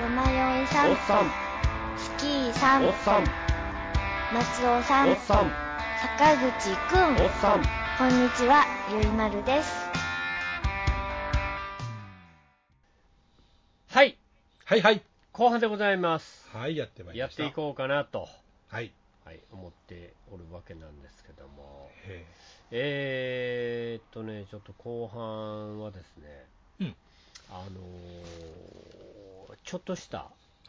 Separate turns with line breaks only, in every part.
さん
さん
スキーさん
おっさん
松尾さん
おっさん
坂口くん
おっさん
こんにちはゆいまるです
はい、
はいはい。
後半でございます。
はい、やってまいり
や
ま
っ
した。
ていこうかなと、
はい。
はい、思っておるわけなんですけども、
へ
えー、っとね、ちょっと後半はですね、
うん
あのーちょっとした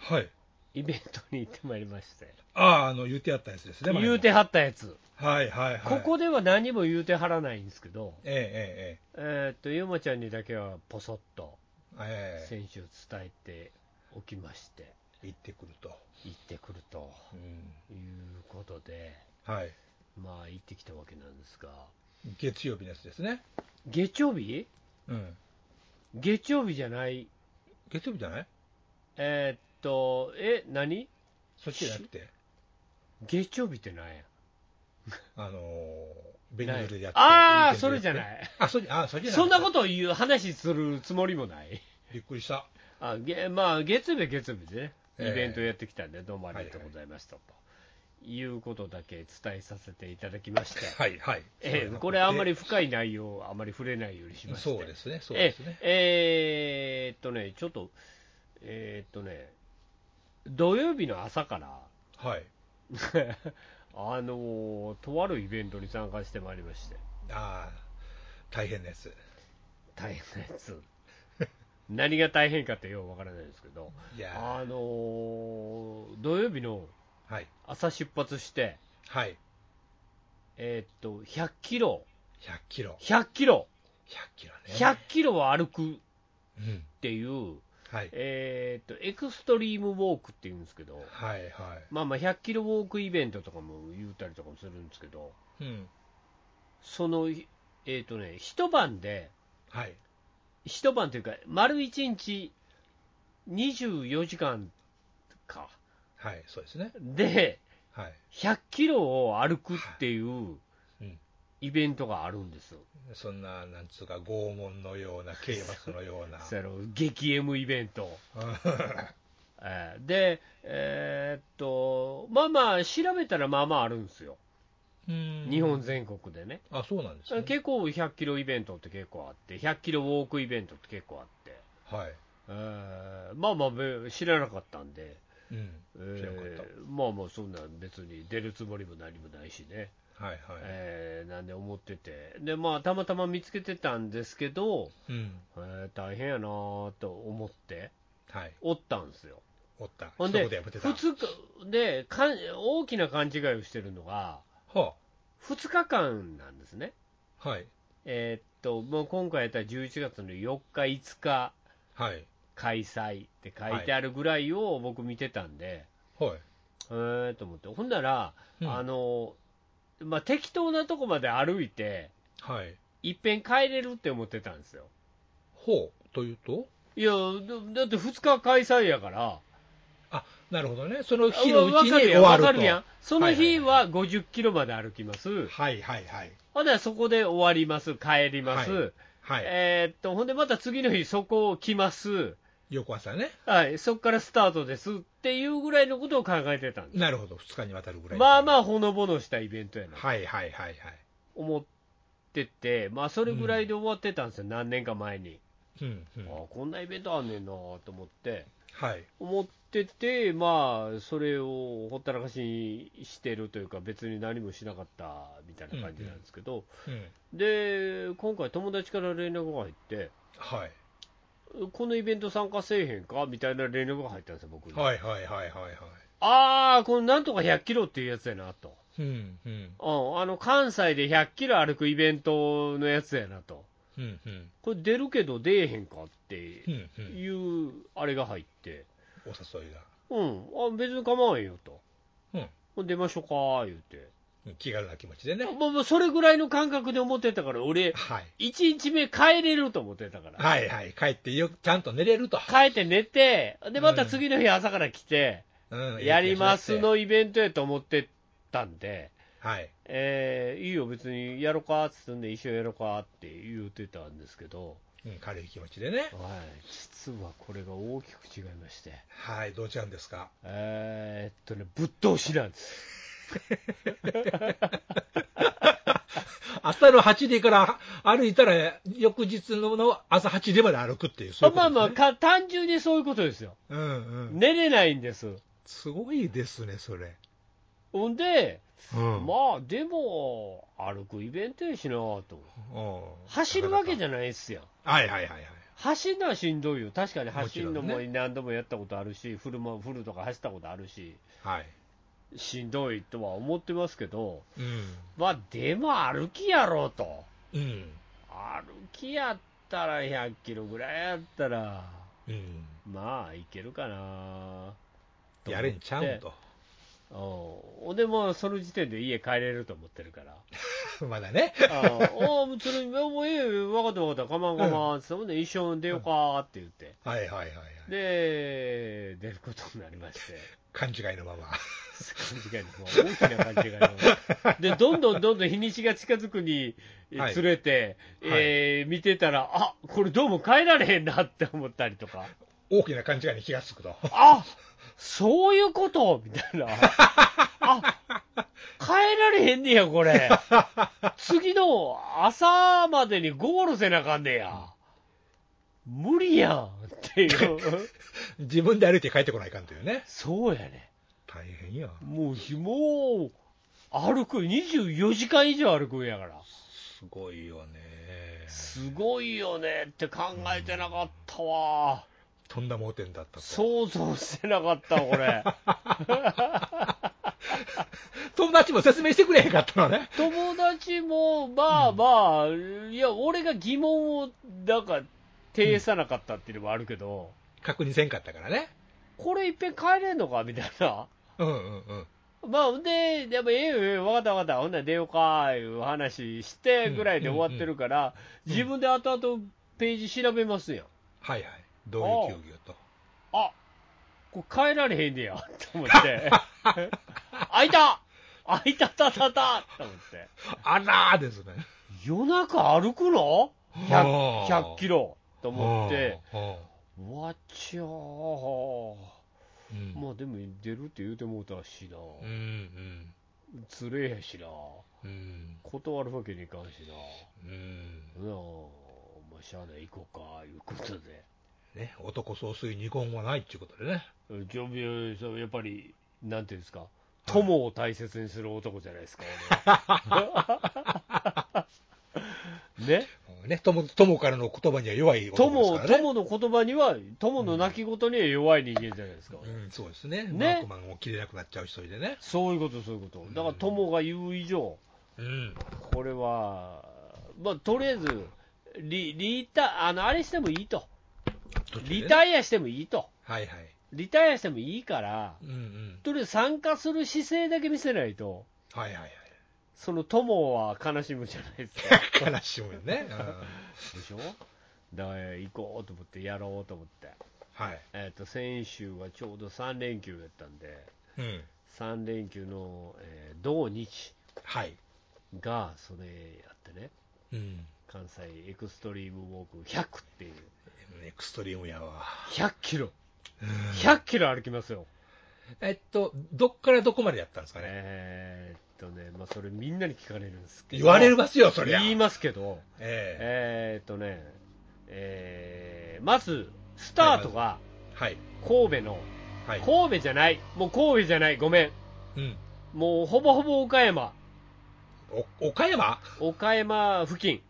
ーはい。
イベントに行ってまいりまして、
ああ、あの、言うてやったやつですね。前の
言うて。はったやつ、
はいはいはい。
ここでは何も言うてはらないんですけど、
ええ
えーっと、ゆうまちゃんにだけはぽそっと
えええええ
先週伝えておきまして、
え行ってくると。
行ってくると
うん。
いうことで、
はい。
まあ行ってきたわけなんですが、
月曜日のやつですね。
月曜日
うん。
月曜日じゃない、
月曜日じゃない
えーっと、え、何
そっちじゃなくて、
月曜日って何や
あのー、ベニズルでやって。
ああ、それじゃないい。
あ、それ、あ、それじゃない。
そんなことを言う話するつもりもない。
びっくりした。
あげまあ、月曜日は月曜日でね、
ええ
イベントやってきたんで、どうもありがとうございましたと。いうことだけ伝えさせていただきまして、
はいはい。
ええこれ、あんまり深い内容、あんまり触れないようにしまして、
そうですね、そうですね。
えええーっとね、ちょっと、えーっとね、土曜日の朝から、
はい。
あのーとあるイベントに参加してまいりまして、
ああ、大変なやつ。
大変なや つ、何が大変かってようわからないですけど、
いやー
あのー土曜日の
はい。
朝出発して、
はい。
えーっと100キロ、
100キロ。
100キロ、
100キロね。
100キロを歩くっ
うん。
ていう、
はい。
えーっとエクストリームウォークっていうんですけど、
はいは
まあまあ100キロウォークイベントとかも言うたりとかもするんですけど、
い。うん。
その、えーっとね、一晩で、
はい。
一晩というか、丸一日、24時間か、
はい。そうですね。
で、
はい。
100キロを歩くっていう
うん
イベントがあるんです、
そんな、なんつうか、拷問のような、刑罰のような。
そ の激エムイベント。えーで、えーっと、まあまあ、調べたらまあまああるんですよ、
うん
日本。全国でね。
あ、そうなんですね。
結構100キロイベントって結構あって、100キロウォークイベントって結構あって、
はい。
えーまあまあ、べ知らなかったんで。
うん。知らなかっ
えーまあまあそんなん別に出るつもりも何もないしね、
た。はいはい。
えーなんで思っててでまあたまたま見つけてたんですけど、
うん。
えー大変やなーと思って
はい。
おったんですよ
おった。
ほん
一
で
言やめてた。
2日でかん大きな勘違いをしてるのが
は
2日間なんですね
あ。はい。
えーっともう今回やったら11月の4日5日
はい。
開催って書いてあるぐらいを僕見てたんで、
はい。
へーと思ってほんなら
うん
あのまあ、適当なとこまで歩いて、
はい。
いっぺん帰れるって思ってたんですよ。
ほう。というと
いや、だだって2日開催やから、
あ、なるほどね。その日
分
のうちに
かる
終
やん、
わ
わ
ると。
かるやん、その日
は
は50キロまで歩きます、
はいはいはい。
ほんならそこで終わります、帰ります、
はいはい。
えーっと、ほんでまた次の日、そこを来ます、
翌朝ね。
はい、そこからスタートですっていうぐらいのことを考えてたんです。
なるほど。二日にわたるぐらい。
まあま
あ。
あ、ほのぼのしたイベントやな、
はいはいはいはい。
思ってて、まあ、それぐらいで終わってたんですよ、何年か前に。
うんうん。
あこんなイベントあんねんなと思って、
はい。
思ってて、まあ、それをほったらかしにしてるというか、別に何もしなかったみたいな感じなんですけど、
うん。
で、今回、友達から連絡が入って、
はい。
このイベント参加せえへんかみたいな連絡が入ったんですよ、僕に。
はいはいはいはいはい。
あー、このなんとか100キロっていうやつやなと、
うんう
う
ん
ん、あの関西で100キロ歩くイベントのやつやなと、
うんうん
これ出るけど出えへんかって
うんうん
いうあれが入って。
お誘いが
うん、あ別に構わんよと、
うん
ほんで出ましょうか言うて、
うん気軽な気持ちでね。
もうもうそれぐらいの感覚で思ってたから、俺、
はい。
1日目帰れると思ってたから、
はいはい。帰ってよ、ちゃんと寝れると。
帰って寝て、でまた次の日朝から来て、
うん
やります。のイベントやと思ってたんで、
はい。
えーいいよ、別にやろかっつってんで、一緒やろかって言うてたんですけど、
うん、軽い気持ちでね。
はい、実はこれが大きく違いまして、
はい、どうちゃうんですか。
えーっとね、ぶっ通しなんです。
朝の8時から歩いたら、翌日の朝8時まで歩くっていう、そういうこ
まあ
と
まあ
ですね
か、単純にそういうことですよ。
うんうん。
寝れないんです。
すごいですね、それ。
ほんで、
うん
まあ、でも、歩くイベントやしなと。走るわけじゃないっすやん。
はいはいはいはい。
走るのはしんどいよ。確かに走るの
もち
も
ろん
何度もやったことあるし、フルもフルとか走ったことあるし、
はい。
しんどいとは思ってますけど、
うん。
まあ、でも歩きやろうと。
うん。
歩きやったら100キロぐらいやったら、
うん。
まあ、いけるかなと思って
やれんちゃうん。
うん。でも、その時点で家帰れると思ってるから。
と。 まだね。
ああ、おう鶴見、もういいよ、分かった分かった、かまんかまん、つって、ほんで一緒に出ようかって言って、
はいはいはいはい。
で、出ることになりまして、
勘違いのまま。
勘違いの、大きな勘違いの。で、どんどんどんどん日にちが近づくに
はい
つれて、えー見てたら、あこれどうも帰られへんなって思ったりとか、
大きな勘違いに気がつくと。
あそういうことみたいな。あ帰られへんねや、これ。次の朝までにゴールせなあかんねや。無理やんっていう。
自分で歩いて帰ってこないかんというね。
そうやね。
大変よ。
もうひ、もう、歩く、24時間以上歩くんやから。
すごいよね。
すごいよねって考えてなかったわ。
とんだ盲点だったと。
想像してなかった、これ。
友達も説明してくれへんかったのね。
友達も、まあまあ、いや、俺が疑問を、なんか、呈さなかったっていうのもあるけど、
確認せんかったからね。
これいっぺん帰れんのかみたいな。
うんうんうん。
まあ、ほんで、でも、ええよ、ええよ、わかったわかった、ほんなら出ようか、いう話してぐらいで終わってるから、
うんうん
自分で後々ページ調べますやん。
はいはい。どういう球技をと。
あこれ帰られへんねや、と思 って。あいたあいたたたたと思って。
あらーですね。
夜中歩くの 100, 100キロと思って、
うん。うん
うわっちゃー、ま
うん
あでも出るって言うてもうたしな、
うんうん
つれやしな、
うん
断るわけにいかんしな、
うん
なあ、まあ、しゃあない、行こうか、いうことで、
ね、男総帥二言はないっていうことでね。
じゃあいやいややっぱり、なんていうんですか、友を大切にする男じゃないですか、俺はね、
ね、友友からの言葉には弱い男です
友
か
を、
らね。
友の言葉には、友の泣き言には弱い人間じゃないですか、俺
うん、そうですね。
ね
ワークマンを切れなくなっちゃう人でね。
そういうこと、そういうこと。だから、友が言う以上、
うん。
これは、まあ、とりあえず、リリタあのあれしてもいいと、
途中でね
リタイアしてもいいと、
はいはい。
リタイアしてもいいから、
うんうん。
とりあえず参加する姿勢だけ見せないと、
はいはいはい。
その友は悲しむじゃないですか。
悲しむよね。うん
でしょだから行こうと思って、やろうと思って、
はい。
えー、と先週はちょうど3連休やったんで、
うん。
3連休の、えー土日
はい。
がそれやってね、
うん。
関西エクストリームウォーク100っていう、
エクストリームやわ。
100キロ、100キロ歩きますよ、
えっと、どっからどこまでやったんですかね。
えーっとね、まあ、それみんなに聞かれるんですけど、
言われますよ、そりゃ。
言いますけど、
え
えーっとね、えーまずスタートが
えはい。
神戸の、
はい。
神戸じゃない、もう神戸じゃない、ごめん、
うん。
もうほぼほぼ岡山、
お岡山
岡山付近、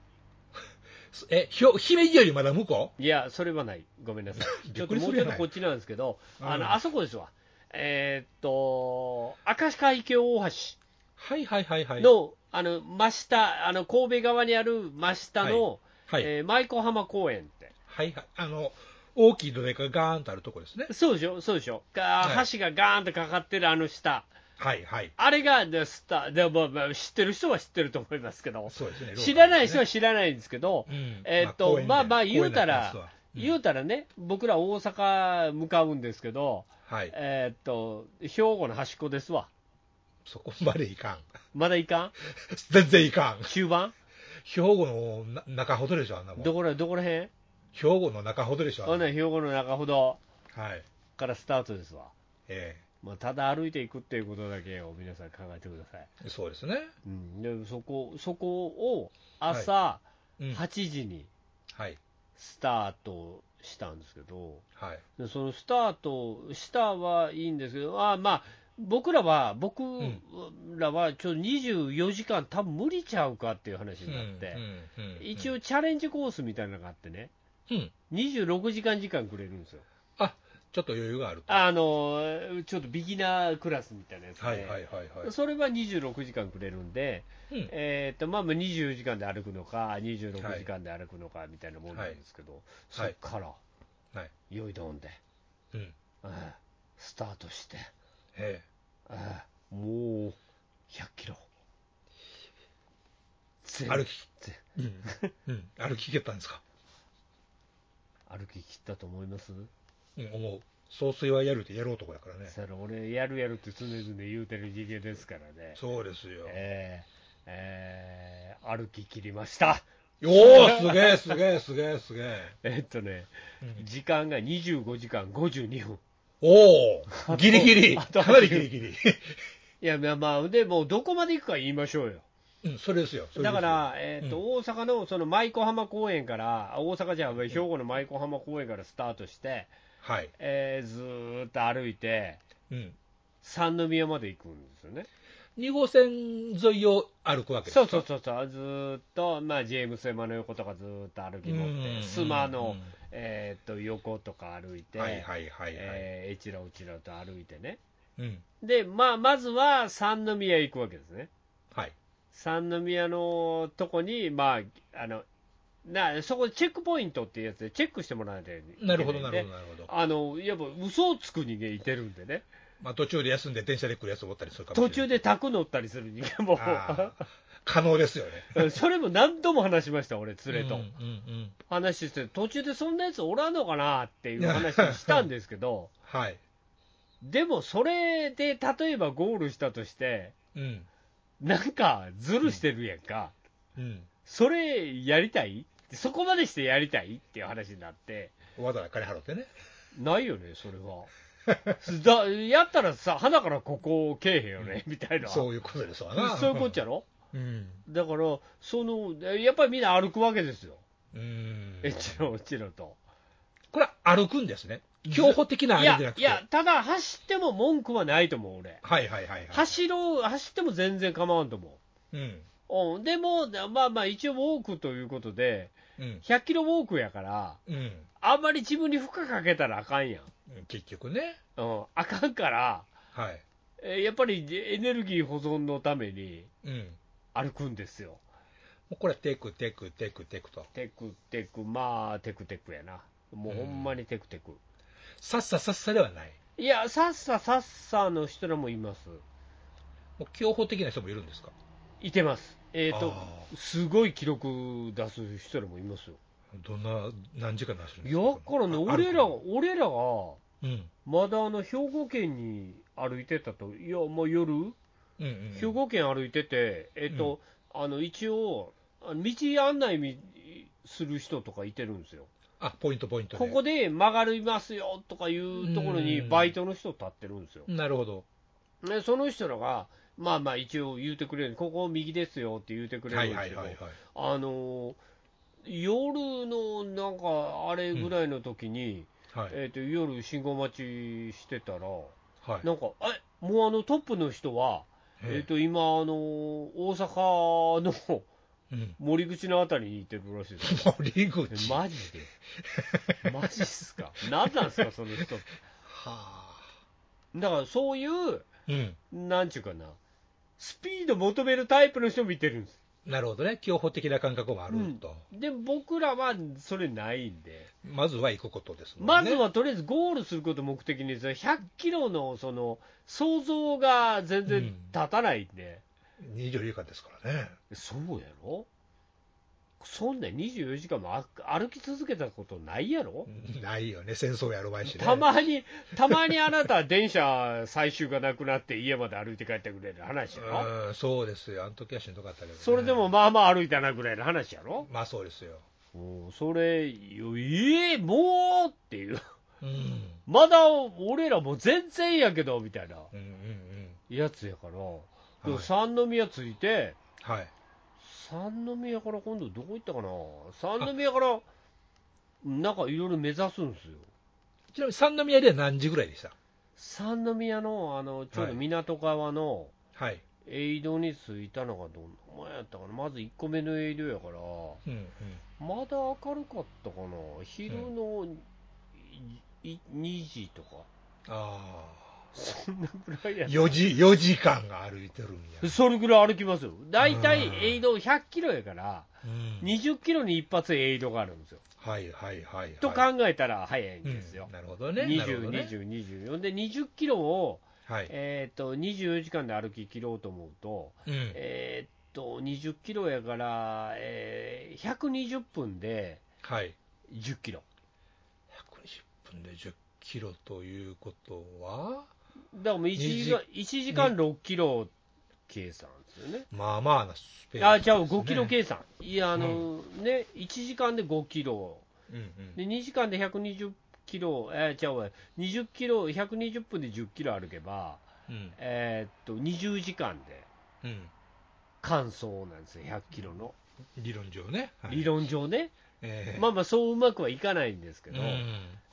え、ひょ姫路よりまだ向こ
いや、それはない、ごめんなさ い、ち
び
ょ
っ
っと
くり
も
す
う
る
ちょ
や
っ
な
と
い
こっちなんですけど、
うん
あのあそこですわ、えーっと、明石海峡大橋。
うはいはいはいはい。
の,、あの真下、あの神戸側にある真下の、
はい。
えー舞子浜公園って、
はいはい。あの、大きい土台がガーンとあるとこですね。
そうでしょ、そうでしょ、が
はい
橋がガーンとかかってるあの下、
はいはい。
あれがでスタで、まあまあ、知ってる人は知ってると思いますけど、
そうですね。
知らない人は
知
知らないんですけど、
うん
えーっと、まあまあ、言うた、
公園みいな公園になってま
ら
すわ、うん
言うたらね、僕ら大阪向かうんですけど、
はい。
えーっと、兵庫の端っこですわ、
そこまでいかん。
まだいかん
全然いかん。
中盤
兵庫のな中ほどでしょ、あんなもん。
どこら、どこらへん
兵庫の中ほどでしょ。
ほんなら兵庫の中ほど
はい。
からスタートですわ。
え
まあ、ただ歩いていくっていうことだけを皆さん考えてください。
えそうですね。
うん、でそこそこを朝
うんはい。
8時に
はい。
スタートしたんですけど、
はい。
でそのスタートしたはいいんですけど、あまあ、僕らは、僕
ん
らはちょっと24時間、多分無理ちゃうかっていう話になって、
うんうんうん
一応、チャレンジコースみたいなのがあってね、
うん
26時間時間くれるんですよ、
あちょっと余裕があると。
あのちょっとビギナークラスみたいなやつで、
はいはいはいはい。
それは26時間くれるんで、
うん
えーとまあ、まあ24時間で歩くのか、26時間で歩くのかみたいなもんなんですけど、そっから、
はい。
よいどんで、
うん。
うんスタートして、
ええ
うんもう100キロ、全部
歩きうん。うん。歩きけたんですか。
歩き切ったと思います、
うん、思う。総帥はやるってやる男やからね。
それ俺、やるやるって常々言うてる人間ですからね、
そうですよ。
えーえー歩き切りました、
おおすげえすげえすげえすげえ。
えっとね、
うん
時間が25時間52分。
おおギリギリ
あと
かなりギリギリ。
いや、まあまあ、でもうどこまで行くか言いましょうよ。
うん、それですよ。それで
だ
すよ
から、えーと
うん
大阪のその舞子浜公園から、あ大阪じゃない兵庫の舞子浜公園からスタートして、
はい。
えーずーっと歩いて、
うん。
三宮まで行くんですよね。
2号線沿いを歩くわけです
そ
か
うそうそうそう、ずーっと、まあ、ジェームス・エマの横とかずーっと歩き乗
うんうんう
っ
ん
て、スマの、えー、と横とか歩いて、
はいはいはいはい。
えーえちらうちらと歩いてね。
うん。
で、まあ、まずは三宮行くわけですね。
はい。
三宮のとこに、まあ、あのなそこ、チェックポイントっていうやつでチェックしてもらわないといけ
ないる
ん
ほ
で
どなるほどなるほど。
あのやっぱ嘘をつく人間いてるんでね、
まあ途中で休んで電車で来るやつおったりするかもしれ
途
な
中
い。
で宅乗ったりする人間も、
あー可能ですよ ね。
それも何度も話しました、俺、連れと、
うんうんうん
話して、途中でそんなやつおらんのかなっていう話をしたんですけど、
はい。
でもそれで例えばゴールしたとして、
うん。
なんかずるしてるやんか。
うん。
それやりたいそこまでしてやりたいっていう話になって、
わざわざ金払ってね。
ないよね、それは。 だやったらさ、花からここけえへんよね、みたいな。
そういうことですわ な。
そういうこっちゃろ
うん。
だから、その、やっぱりみんな歩くわけですよ。
うん。
えちろちろと。
これは歩くんですね。競歩的な
い
あれじ
や
ゃなく、て。
いや、ただ走っても文句はないと思う、俺。
はいはいはい、はい。
走ろう、走っても全然構わんと思う。
うん。
うん、でも、まあまあ、一応ウォークということで、
うん。
100キロウォークやから、
うん。
あんまり自分に負荷かけたらあかんやん。
結局ね。
うん、あかんから、
はい。
えーやっぱりエネルギー保存のために
うん。
歩くんですよ。
もうこれはテクテクテクテクと。
テクテク、まあ、テクテクやな。もうほんまにテクテク。
さっささっさではない。
いや、さっささっさの人らもいます。
もう競歩的な人もいるんですか
いてます。えっ、と
あ、
すごい記録出す人らもいますよ。
どんな、何時間の走るん
い
で
や、
す
だからね、
あ
俺ら、
歩く
俺らが、
うん。
まだあの、兵庫県に歩いてたと、いや、もう夜、
うんうん。
兵庫県歩いてて、えっ、と、あの、一応、あの道案内みする人とかいてるんですよ。
あ、ポイントポイントで。
ここで曲がりますよとかいうところに
うん
バイトの人立ってるんですよ。
なるほど。
でその人らが、まあまあ一応言うてくれる、ここ右ですよって言うてくれ
は
る
い
んで
は
す
い
けど
はいはい、。
あのー夜のなんかあれぐらいの時に、
はい。
えっと夜信号待ちしてたら、
はい。
なんか、えもうあのトップの人は、えっ、と今、あのー大阪の
うん。
森口のあたりにいてるらしいですよ。
森
え
口。は
マジ でマジっすか何なんすかその人
あ。
だからそういう
うん。
なんちゅうかなスピード求めるタイプの人もいてるんです
なるほどね。競歩的な感覚もあると。
で僕らはそれないんで、
まずは行くことですもんね。
まずはとりあえずゴールすることを目的にその100キロのその想像が全然立たないんで、
24時間ですからね。
そうやろそんな24時間も歩歩き続けたことないやろ、
ないよね、戦争やるまいしね。
たまに、たまにあなたは電車最終がなくなって家まで歩いて帰ってくれる話やろ、
うん、そうですよ、あの時はしんどかったけど、ね、
それでもまあまあ歩いたなぐらいの話やろ、
まあそうですよ、
うんそれ、よえー、もうっていう。
うん。
まだ俺らもう全然やけど、みたいな
うんうんうん。
やつやから。でも
はい
三宮ついて、
はい。
三宮から今度どこ行ったかな三宮から、なんかいろいろ目指すんですよ。
ちなみに三宮では何時ぐらいでした
三宮の、あの、ちょう
は
ど
い
港側の、
はい。
エイドに着いたのがどんな前やったかなまず1個目のエイドやから、
うんうん。
まだ明るかったかな昼のいい2時とか、
あ
そんなぐらい
あ。
や
4時、4時間が歩いてるんや。
それぐらい歩きますよ。大体
うん
エイド100キロやから、
うん
20キロに一発エイドがあるんですよ。
はいはいはいはい。
と考えたら早いんですよ
うん。なるほどね。なるほ
20、
どね。
20、24で20キロを、
はい。
えー、と24時間で歩き切ろうと思うと、
うん。
えー、と20キロやから、えー120分で
はい。
10キロ、
120分で10キロということは、
だからもう1時間 ,1 時間6キロ計算ですよね。
まあまあなスペースです、ね。
あじゃあ5キロ計算、いや、あのね、1時間で5キロ、
うんうん。
で2時間で120キロ、えー、じゃあ、20キロ、120分で10キロ歩けば、
うん
えーっと20時間で
うん。
完走なんですよ、100キロの、
理論上ね。はい
理。論上ね、
ええ
まあまあ、そううまくはいかないんですけど、
うん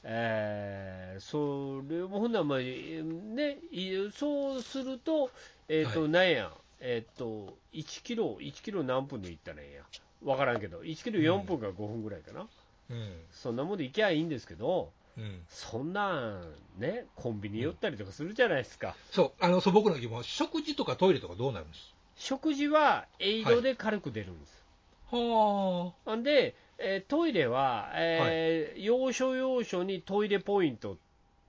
えーそれもほんならまあ、えーね、いそうすると、えっ、と、
は
なんや、えっ、と、1キロ、1キロ何分で行ったらええんや。わからんけど、1キロ4分か5分ぐらいかな。
うん。
そんなもんで行きゃいいんですけど、
うん。
そんなん、ね、コンビニ寄ったりとかするじゃないですか。
そう、あの、素朴な疑問、食事とかトイレとかどうなるんです
食事は、エイドで軽く出るんです。
は
んで、えートイレは、えー要所要所にトイレポイントっ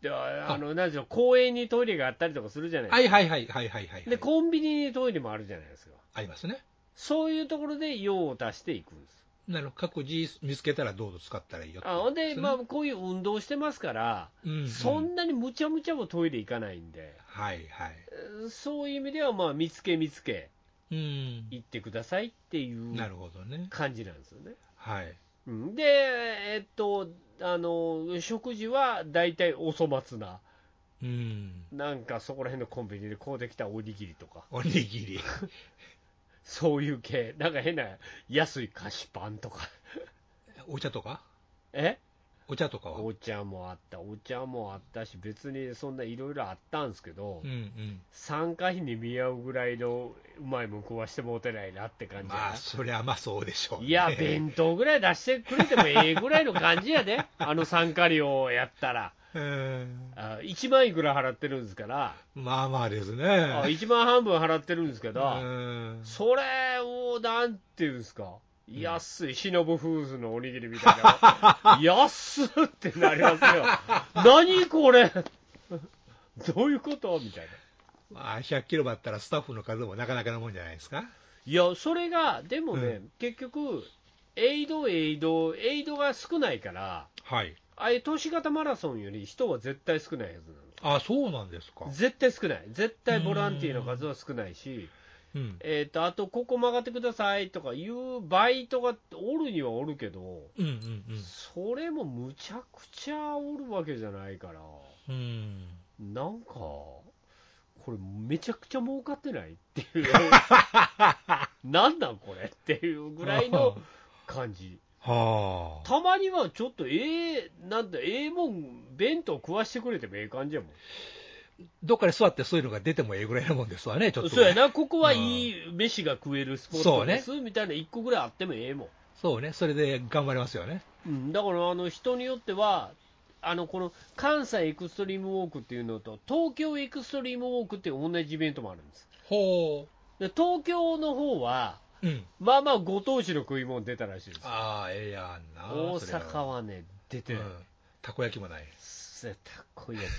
て、ああの、なんでしょう、公園にトイレがあったりとかするじゃないですか
あ。はいはいはいはいはいはい。
で、コンビニにトイレもあるじゃないですか。
ありますね。
そういうところで用を足していくんです。
なるほど各自見つけたらどうぞ使ったらいいよって
あ
こ
ほ
と
んで、
すね
まあ、こういう運動してますから、
うんうん
そんなにむちゃむちゃもトイレ行かないんで、
はいはい。
えーそういう意味では、まあ、見つけ見つけ、
うん。
行ってくださいっていう
なるほどね。
感じなんですよね。
はい。
うんで、えっと、あの、食事は大体お粗末な、
うん。
なんかそこら辺のコンビニでこうできたおにぎりとか、
おにぎり。
そういう系、なんか変な安い菓子パンとか、
お茶とか
え
お茶とかは
お茶もあった、お茶もあったし、別にそんないろいろあったんですけど、
うんうん。
参加費に見合うぐらいのうまいもん食わしてもうてないなって感じやな、
まあ、そりゃまあそうでしょう、ね。
いや、弁当ぐらい出してくれてもええぐらいの感じやで、あの参加料やったら、
うん
あ1万いくら払ってるんですから、
まあまあですね。
あ1万半分払ってるんですけど、
うん
それをなんていうんですか、安い、忍夫婦のおにぎりみたい な、安っってなりますよ、何これ、どういうことみたいな。
まあ、100キロだったらスタッフの数もなかなかなもんじゃないですか。
いや、それが、でもね、
う
結局、エイド、エイド、エイドが少ないから、
はい。
ああいう都市型マラソンより人は絶対少ないはずなんです。
あ、そうなんですか。
絶対少ない、絶対ボランティアの数は少ないし、
うん。
えー、とあと、ここ曲がってくださいとかいうバイトがおるにはおるけど、
うんうん
それもむちゃくちゃおるわけじゃないから、
うん。うん。
なんか、これ、めちゃくちゃ儲かってないって いう、なんなんこれっていうぐらいの感じ、
はあ。
たまにはちょっとええなんだ、ええもん、弁当食わしてくれてもええ感じやもん、
どっかで座ってそういうのが出てもええぐらいなもんですわね、ちょっと、ね。
そうやな、ここはいい飯が食えるスポッ
そ
ト
うね
です、みたいな、一個ぐらいあってもええもん。
そうね。それで頑張れますよね。
うん、だからあの人によっては、あのこの関西エクストリームウォークっていうのと、東京エクストリームウォークっていう同じイベントもあるんです、
ほ
で東京の方は、
う。うん。
まあまあ、ご当地の食い物出たらしいです、
ああ、ええやんな。
大
それ
阪はね、出て
う
ない、
ん。たこ焼きもない。
せたこ焼きね、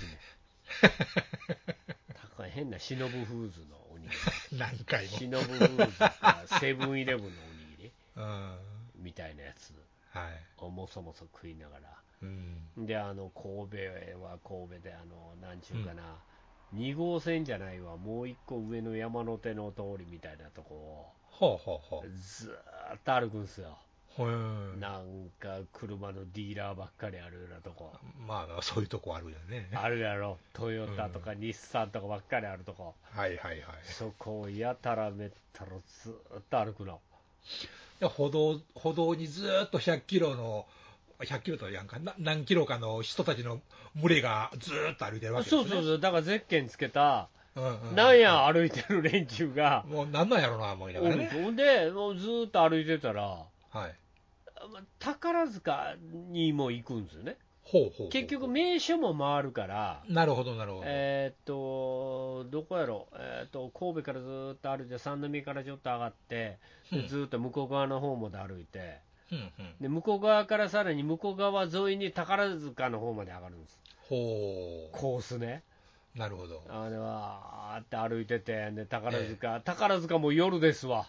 たこ変な忍フーズのおにぎ
何回
り、
も。
忍フーズかセブンイレブンのおにぎり
うん。は
みたいなやつ、
い。
もそもそ食いながら。
うん。
であの神戸は神戸であのなんちゅうかな、2号線じゃないわもう一個上の山の手の通りみたいなとこを
ほうほうほう。
ずーっと歩くんすよ
はうん
なんか車のディーラーばっかりあるようなとこ、
まあ、そういうとこあるよね。
あるやろ、トヨタとか日産とかばっかりあるとこ、
はいはいはい。い
そこをやたらめったらずーっと歩くの、
や歩道、歩道にずーっと100キロの、100キロとやんか、な何キロかの人たちの群れがずーっと歩いてるわけです
そう
ね。
そう
う。
そう、だからゼッケンつけた、
うんうん、
なんや、歩いてる連中が、
もうなんなんやろうな、思いなが
お
ら
る
ね。
ほんで、もうずーっと歩いてたら、
はい。
ま宝塚にも行くんですよね、
ほうほうほう
結局、、名所も回るから、
なるほどなるほど。
えーっと、どこやろ、えーっと、神戸からずーっと歩いて、三宮からちょっと上がって、
うん
でずーっと向こう側の方まで歩いて、
うんうん、
で向こう側からさらに向こう側沿いに宝塚の方まで上がるんです、
ほ
コースね、
う。なるほど。
あれはあーって歩いてて、で宝塚、宝塚も夜ですわ、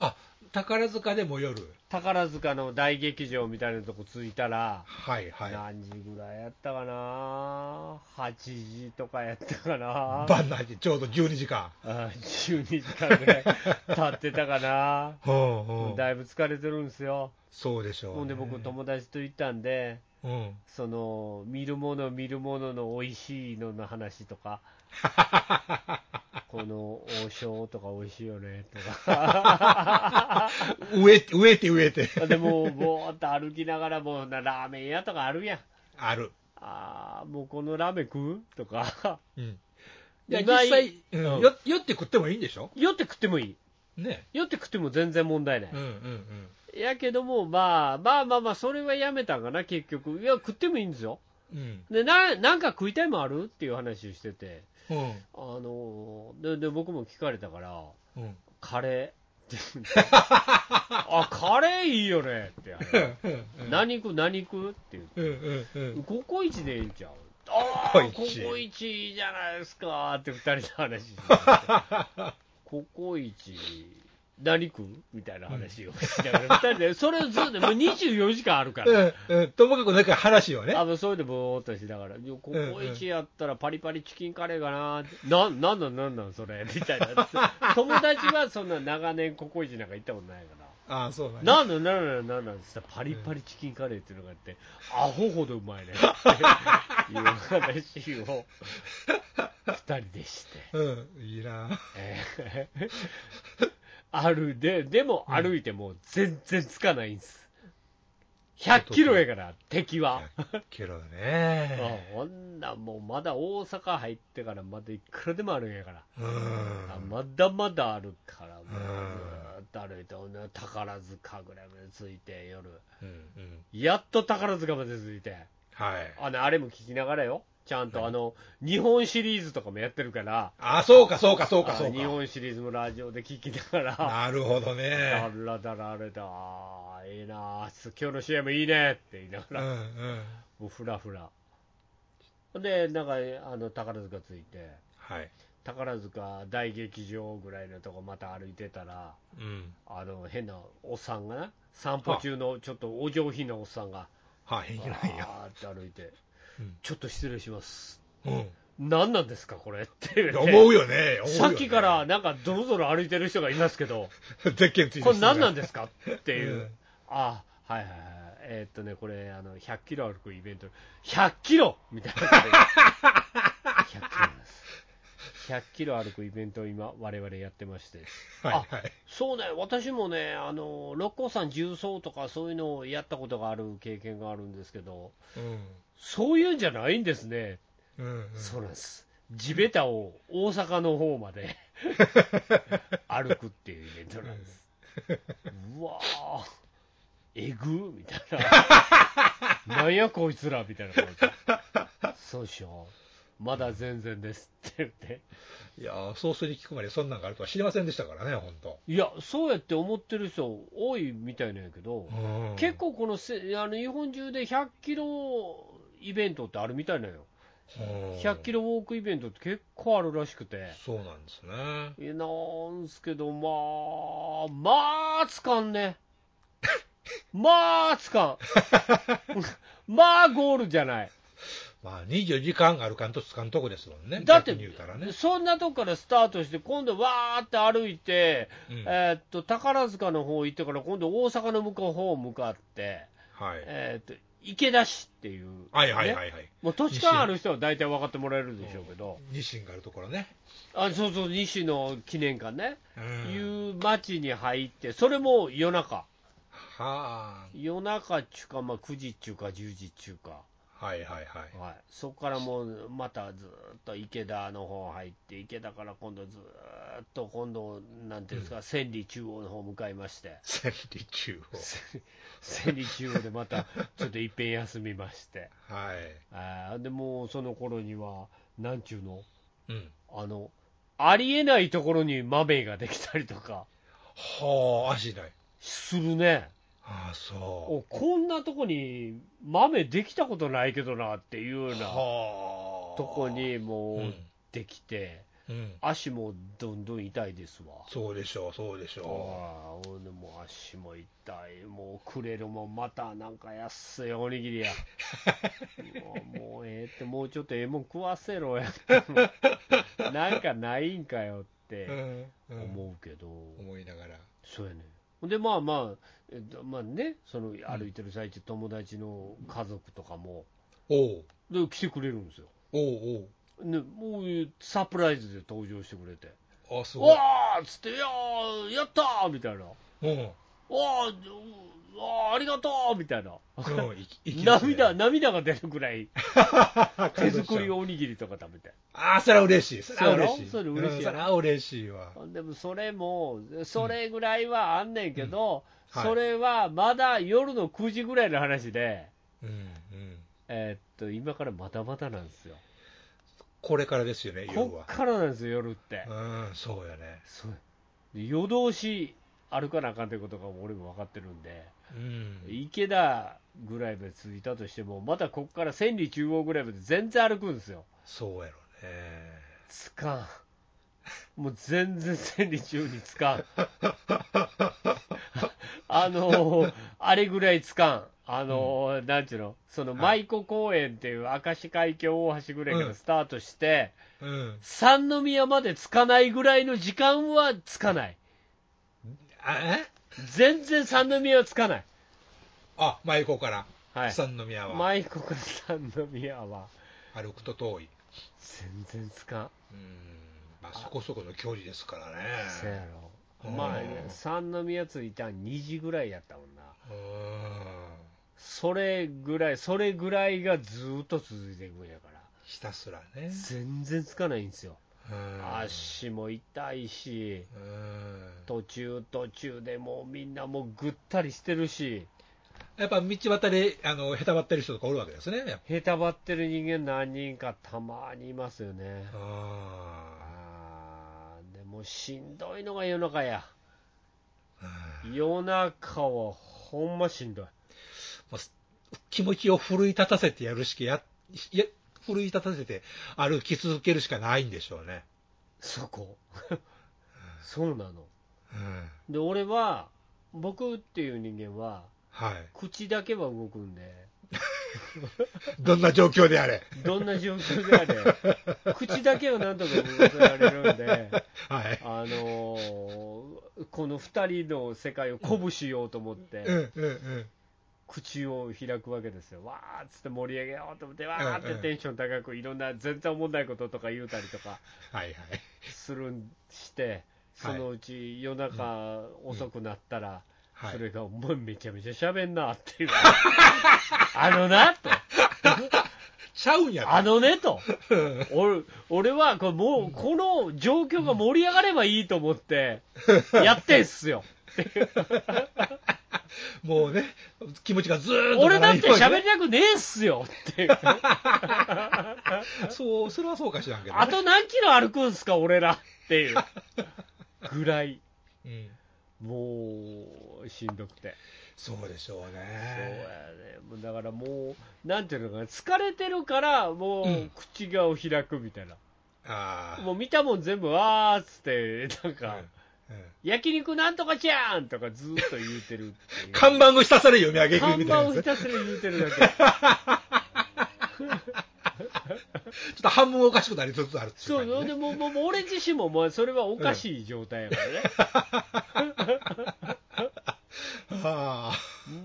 あ、宝塚でも夜。
宝塚の大劇場みたいなとこ着いたら、
はいはい。
何時ぐらいやったかな、8時とかやったかな。
晩の味、ちょうど12時間。、
あ12時間ぐらい経ってたかな
ほうほう
だいぶ疲れてるんですよ、
そうでしょう、ね。
ほんで僕、友達と行ったんで、
うん。
その見るもの見るものの美味しいのの話と か、この王将とか美味しいよねとか、
植えて、植えて、植えて。
でもう、ぼーっと歩きながら、もうなラーメン屋とかあるやん、
ある。
あー、もうこのラーメン食うとか、
うん。いや、
で
実際、うん
うん
よ酔って食ってもいいんでしょ
酔って食ってもいい、
ね。
酔って食っても全然問題ない
うん。うん
やけども、まあまあまあまあ、それはやめたんかな、結局。いや、食ってもいいんですよ。
うん。うん。
で、ななんか食いたいもんあるっていう話をしてて、
うん。
あのーでで、僕も聞かれたから、
うん。
カレーって 言うんですよあ、カレーいいよねって話。何食う何食うって言って、
うんうんうん。
ココイチでいいんちゃうあ
コ
あ
コイ、
コ
チ
コイチいいじゃないですかって二人で話しててココイチ何食うみたいな話をしながら、二人で、それをずっと、もう24時間あるから、
うんうん。ともかくなんか話をね。
あもうそれでぼーっとしながら、いやココイチやったらパリパリチキンカレーかなって、ななんなんなんなんそれ、みたいな、友達はそんな長年ココイチなんか行ったことないから、
ああ、そうなん
な
だ。
んなんなんなんなんなんって言ったら、パリパリチキンカレーっていうのがあって、アホほどうまいねっていう話を2人でして、
うん。いいな。
えーあるで、でも歩いても全然つかないんです。100キロやから、敵は。
けど
あ
ね。
こんなんもうまだ大阪入ってからまだいくらでもあるんやから、
うん。
あまだまだあるから、もうず
うん
ーっと歩いて、ほんで宝塚ぐらいまで着いて、夜、
うんうん。
やっと宝塚まで着いて、
はい。
あのあれも聞きながらよ、ちゃんとあの日本シリーズとかもやってるから、
あ、そうか、そうか、そうか、
あ
そう
日
か。
本シリーズもラジオで聞きながら、
なるほ
だ
どね。
らだらあれだ、あーいいなあ、今日の試合もいいねって言いなが
うん
ら、
うん。
もうふらふら。で、なんかあの宝塚着いて。
はい。
宝塚大劇場ぐらいのとこまた歩いてたら
うん。
あの変なおっさんがな散歩中のちょっとお上品なおっさんが
はい、い
バ
いないよ。
ーって歩いて
うん
「ちょっと失礼します
うん。」
何なんですかこれって言って
思うよね。思うよね
さっき から、なんかぞろぞろ歩いてる人がいますけど
ゼッケンついて
これ何なん
で
ですかっていう、
うん
あはいはいはいえーっとねこれあの100キロ歩くイベント100キロみたいなことで100キロなんです100キロ歩くイベントを今我々やってまして
はいはい。
そうね、私もね、あの六甲山重曹とかそういうのをやったことがある経験があるんですけど、そういうんじゃないんですね、
うん。うんうん。
そうなんです、地べたを大阪の方ま で歩くっていうイベントなん です。うわー、えぐみたい な、なんやこいつらみたいな感じ、そうしよう、まだ全然ですって言って。
いやー、ソースに聞くまでそんなんがあるとは知りませんでしたからね、本当。
いや、そうやって思ってる人多いみたいなんやけど、
うん
結。構このせあの日本中で100キロイベントってあるみたいなよ、100キ
ロ。
ロウォークイベントって結構あるらしくて、
そうなんですね。
えなんすけど、まあ、まあ、つかん ね、 まあ、つかん、まあ、ゴールじゃない、
まあ、24時間歩かんとつかんとこですもんね。
だって
逆に言うたらね。
そんなとこからスタートして、今度、わーって歩いて、
うん
えーっと宝塚の方行ってから、今度、大阪の向こう方向かって、
はい。
えーっと池田市っていう、
はいはいはい
ね
はい。
もう土地勘ある人は大体分かってもらえるでしょうけど、
ニシンがあるところね。
あそうそう、西の記念館ね、
うん
いう町に入って、それも夜中、
は
夜中っちゅうか、まあ、9時っちゅうか、10時っちゅうか。
あ。はいはいはい。
はい、そこからもうまたずーっと池田の方入って、池田から今度ずーっと今度、なんていうんですか、千里中央の方向かいまして、
千里中
千里中央でまたちょっといっぺん休みまして、
央。はい。
あーでもうその頃には、なんちゅうの、
うん。
あの、ありえないところに豆ができたりとか
はあ、足ない。
するね。
ああ、そ
おこんなとこに豆できたことないけどなっていうよう
う。
な
はあ。
とこにも
う。
うんできて、
うん。
足もどんどん痛いですわ。
そうでしょう、そうでしょ
ああ、俺もう足も痛い、もうクレルもまたなんか安いおにぎり や。もうもうええって、もうちょっとええもん食わせろや って、なんかないんかよっ
う。
て
うんうん
思うけど、
思いながら。
そうやね。ほんで、まあまあ、えっとまあね、その歩いてる最中、友達の家族とかも、
おう。
で来てくれるんですよ。
おう
ね、もういうサプライズで登場してくれて、
おう。あ、す
う
ごい。
わーっつって、いやー、やったーみたいな。
うん。
わあ、うわあ、ありがとうみたいな、
うん、いきいきますね
涙涙が出るぐら い、
あ
手作りおにぎりとか食べて、
ああ、それは嬉しい。それは嬉しい。
そうやろそれ嬉しい
うんそれは嬉しいわ。
でもそれも、それぐらいはあんねんけど、
うんはい
それはまだ夜の9時ぐらいの話で、
うんうん。
えーっと今からまだまだなんですよ、
これからですよね、要
こ
は
っ。からなんですよ、夜って、
うん、そうやね。
そうで夜通し歩かなあかんということが俺も分かってるんで。
うん。
池田ぐらいまで続いたとしても、またここから千里中央ぐらいまで全然歩くんですよ。
そうやろね。
つかん。もう全然千里中につかん。あのーあれぐらいつかん。あのーなんちゅうの、その舞子公園っていう明石海峡大橋ぐらいか
う
ら
ん
スタートして、
うん。
三宮までつかないぐらいの時間はつかない。
あ、え
全然三宮はつかない。
あ、舞子から、
はい。
三宮は
舞子から三宮は
歩くと遠い。
全然つかん。
うん。まあ、そこそこの距離ですから
そや
ね。
ろ。まあ
う、ん
三宮着いたん2時ぐらいやったもんな。
うん。
それぐらい、それぐらいがずーっと続いていくんやから。
ひたすらね。
全然つかないんですよ。
うん。
足も痛いし、
うん。
途中途中でもうみんなもうぐったりしてるし、
やっぱ道端で、あの、へたばってる人とかおるわけですね。やっぱ
へたばってる人間何人かたまにいますよね。
あ
あーでもしんどいのが夜中や。
ーうん
夜中はほんましんどい。
もう気持ちを奮い立たせてやるしかや、や奮い立たせて歩き続けるしかないんでしょうね。
そ こ。そうなの。
うん、
で、俺は、僕っていう人間は、
はい。
口だけは動くんで、
どんな状況であれ。
どんな状況であ れ、口だけはなんとか動かせられるんで、
はい。
あのーこの2人の世界を鼓舞しようと思って、
うんうんうん。
口を開くわけですよ、わーっつって盛り上げようと思って、わーっ
うん
て
うん
テンション高く、いろんな全然おもんないこととか言うたりとか
はいはい。
するんして、そのうち夜中遅くなったら、
は
そ
い。
れが、お前めちゃめちゃ喋んなっていう。 あのな、と。
ちゃうんやろ
あのね、と。俺、俺は、これもう、この状況が盛り上がればいいと思 って、やってんすよ。
もうね、気持ちがずーっと
俺だって
ならん
喋
ように
り
ね
たくねえっすよっていう。
そう、それはそうかしらんけど、ね。
あと何キロ歩くんすか、俺らっていう。ぐらい、
うん。
もう、しんどくて。
そうでしょう
そうや
ね。
ね。もうだからもう、なんていうのかな、疲れてるから、も
う、
うん口がを開くみたいな。
ああ。
もう見たもん全部、わーっつって、なんか、
うんうん
焼肉なんとかちゃーんとかずーっと言うてるって いう。
看板をひたすら読み上げる
看
み
板
たい な
をひ
やつね。
たすら言うてるだけ。
っと半分おかしくなりつつあるってい
そう、
う感じ
で
ね
もう、もう、もう俺自身も、もう、それはおかしい状態やからね。
あ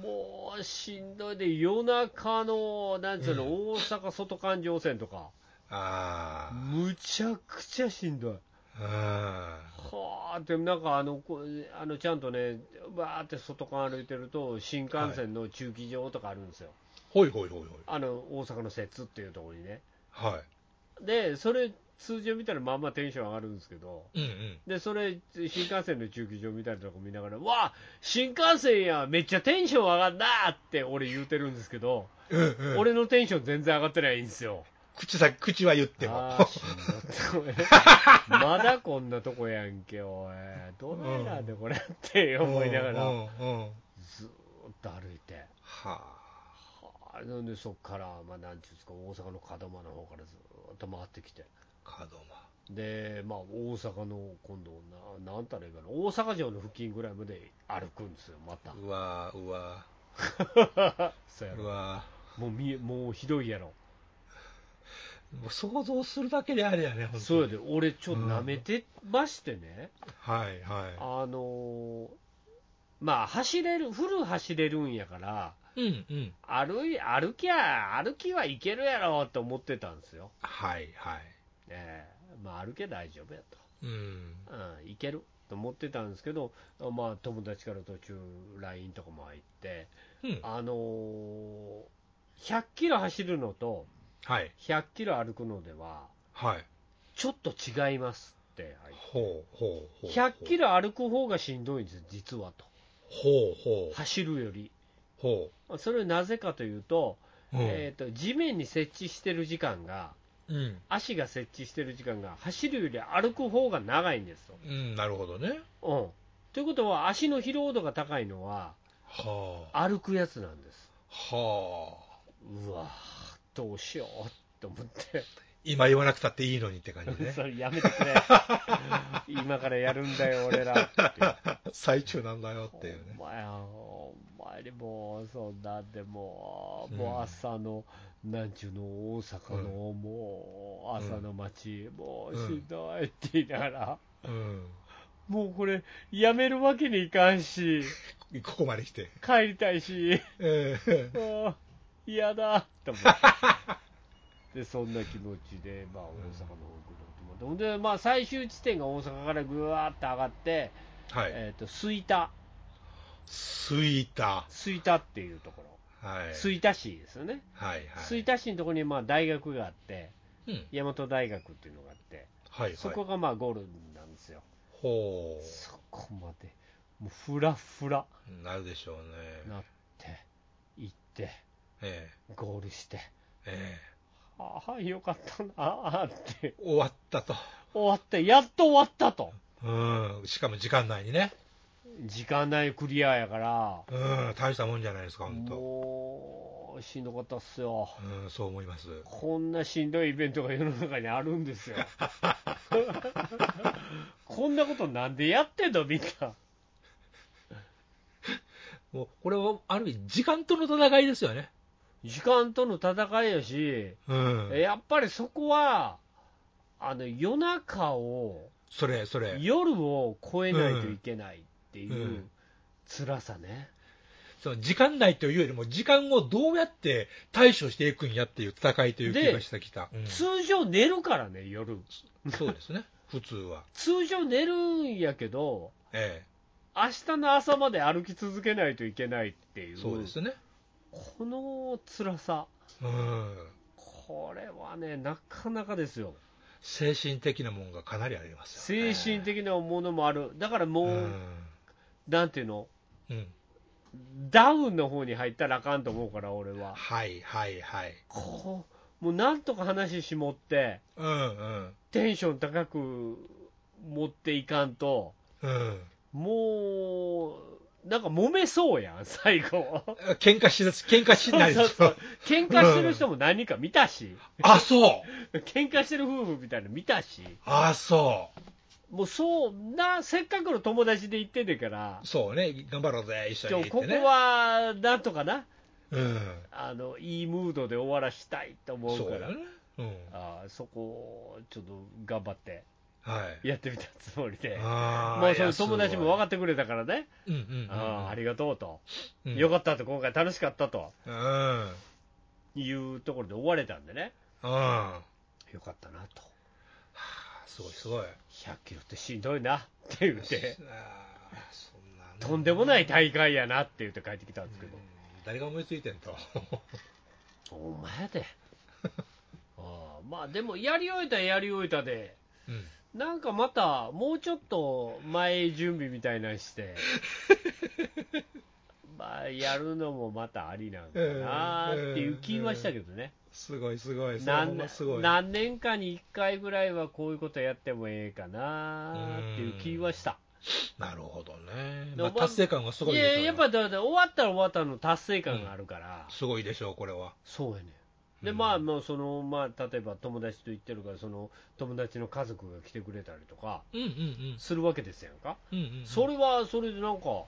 もう、しんどいで、夜中の、なんつうの、
う
大阪外環状線とか、
あああ
むちゃくちゃしんどい。
あ
はあ、でもなんかあの、こうあのちゃんとね、わーって外側歩いてると、新幹線の駐機場とかあるんですよ、
ほいほいほいほい
あの大阪の摂津っていうところにね。
は
で、それ、通常見たらまんまテンション上がるんですけど、
いうんうん
で、それ、新幹線の駐機場みたいなとこ見ながら、わあ、新幹線や、めっちゃテンション上がんなーって俺言うてるんですけど、
うんうん、
俺のテンション全然上がってないんですよ。
口さ口は言っても
あーしんどいまだこんなとこやんけ、おい。どないなんでこれって思いなが
う
ら、
んうんうん
ずーっと歩いて。
は
はあなんでそこから、まあ、なんていうんですか、大阪の門真の方からずーっと回ってきて。
あ門
で、まあ、大阪の、今度な、なんたらいいかな、大阪城の付近ぐらいまで歩くんですよ、また。
うわうわ
そうや
う
ろ。
わ
もう見え、もうひどいやろ。
もう想像するだけであれやね、本当に
そうやで、俺ちょっと舐めてましてね、
はいは
あのーまあ、走れる、フル走れるんやから、
い。うんうん。
歩い、歩きゃ、歩きはいけるやろと思ってたんですよ。
はいはい。
ええまあ、歩け大丈夫やと。
うん。
うん、いけると思ってたんですけど、まあ、友達から途中、LINE とかも入って、
うん。
あのー100キロ走るのと、
はい
100キロ歩くのでは、
はい。
ちょっと違いますって入って、
ほうほうほう。
100キロ歩く方がしんどいんです、実はと、
ほうほう
走るより。
ほ
それはなぜかというと,、
う。うん。
えー、と、地面に設置してる時間が、
うん。
足が設置してる時間が、走るより歩く方が長いんですと。
うん、なるほどね。
うん、ということは、足の疲労度が高いのは、
はあ。
歩くやつなんです。
はあ。
うわーどうしようと思って、
今言わなくたっていいのにって感じね
そ。れやめてくれ、 今からやるんだよ、俺らって。
最中なんだよっていうね
お。前は、お前にもう、そんなんでもう、
うん
もう朝の、なんちゅうの、大阪の、もう、朝の街、もう、
うん
しんどいって言いながら、
うん。
もうこれ、やめるわけにいかんし、
ここまで来て。
帰りたいし。
ええ
ああ嫌だと思って でそんな気持ちで、まあ、大阪の方ぐるっと思ってほんで、まあ、最終地点が大阪からぐわーっと上がって、
はい。
えー、と吹田
すいた。
吹田っていうとこ
は
ろ
い。
吹田市ですよね
はいはい。
吹田市のところにまあ大学があって
うん。
大和大学っていうのがあって
はいはい。
そこがまあゴールなんですよ
ほ
そこまでもうフラフラ
う。なるでしょうね。
なって行って
え
ゴールして
え。え
ああよかったなーって
え。終わったと。
終わって、やっと終わったと。
うん、しかも時間内にね、
時間内クリアやから、
うん、大したもんじゃないですか、本当、
もう、しんどかったっすよ。
うん、そう思います、
こんなしんどいイベントが世の中にあるんです よ。こんなことなんでやってんのみんな。
もうこれはある意味、時間との戦いですよね、
時間との戦いやし、
うん、
やっぱりそこは、あの、夜中を、
それ、それ、
夜を越えないといけないってい
うんう
うん辛さね。
その時間内というよりも、時間をどうやって対処していくんやっていう戦いという気がしてきた、うん
通常寝るからね、夜。
そうですね、普通は、
通常寝るんやけど、
え
明日の朝まで歩き続けないといけないってい
え、
う、
そうですね、
この辛さ、
うん、
これはね、なかなかですよ、
精神的なもんがかなりありますよ、
精神的なものもある、だからもう、
うん、
なんていうの、
うん、
ダウンの方に入ったらあかんと思うから、俺は、
はいはいはい、
こうもうなんとか話しもって、
うんうん、
テンション高く持っていかんと、
うん、
もう、なんか揉めそうやん、最後。
喧嘩しだす、喧嘩しないで す
そう
よ
そう。そう喧嘩してる人も何人か見たし、
あ、そう
喧嘩してる夫婦みたいなの見たし、
あ、そ
もうそうな、せっかくの友達で行ってんねんから
う。、そうね、頑張ろうぜ、一
ち
緒
ょ
に
ここ
ってね。
はなんとかな
うん。
あの、いいムードで終わらしたいと思う
そう
か
だ
ら、
ね。うん、
あーそこをちょっと頑張って
はい。
やってみたつもりで、
あ
もうその友達も分か
っ
ってくれたからね、
うんうん、
あーあり
が
がとうと、
と
よか
っ
ったと、今回楽しかったと
た。うん。
いうところで終われたんでね、
あ
よかったなと、
あ、すごいすごい。
100キロってしんどいなって言って、
あーそんな
とんでもない
イ
大会やなって言って帰ってきたんですけど、
誰が思いついてんと。
お前やで。 あーまあでも、やり終えたらやり終えたで、
うん。
なんかまた、もうちょっと前準備みたいなん して、まあ、やるのもまたありなんかなっていう気はしたけどね、
すごいすごい。それはほん
何
ますごい。
何年かに1回ぐらいはこういうことやってもええかなっていう気はした。
なるほどね。
で
ま
ま
あ、
あ
達成感がすごい
い
でしょう
や
よ
やっぱだって終わったら終わったの達成感があるから、
すごいでしょう、これは。
そうやねで
うん
まあもうその、まあ、例えば友達と言ってるからその友達の家族が来てくれたりとか
うんうんうん。
するわけですやんか、
うんうん、
それはそれでなんか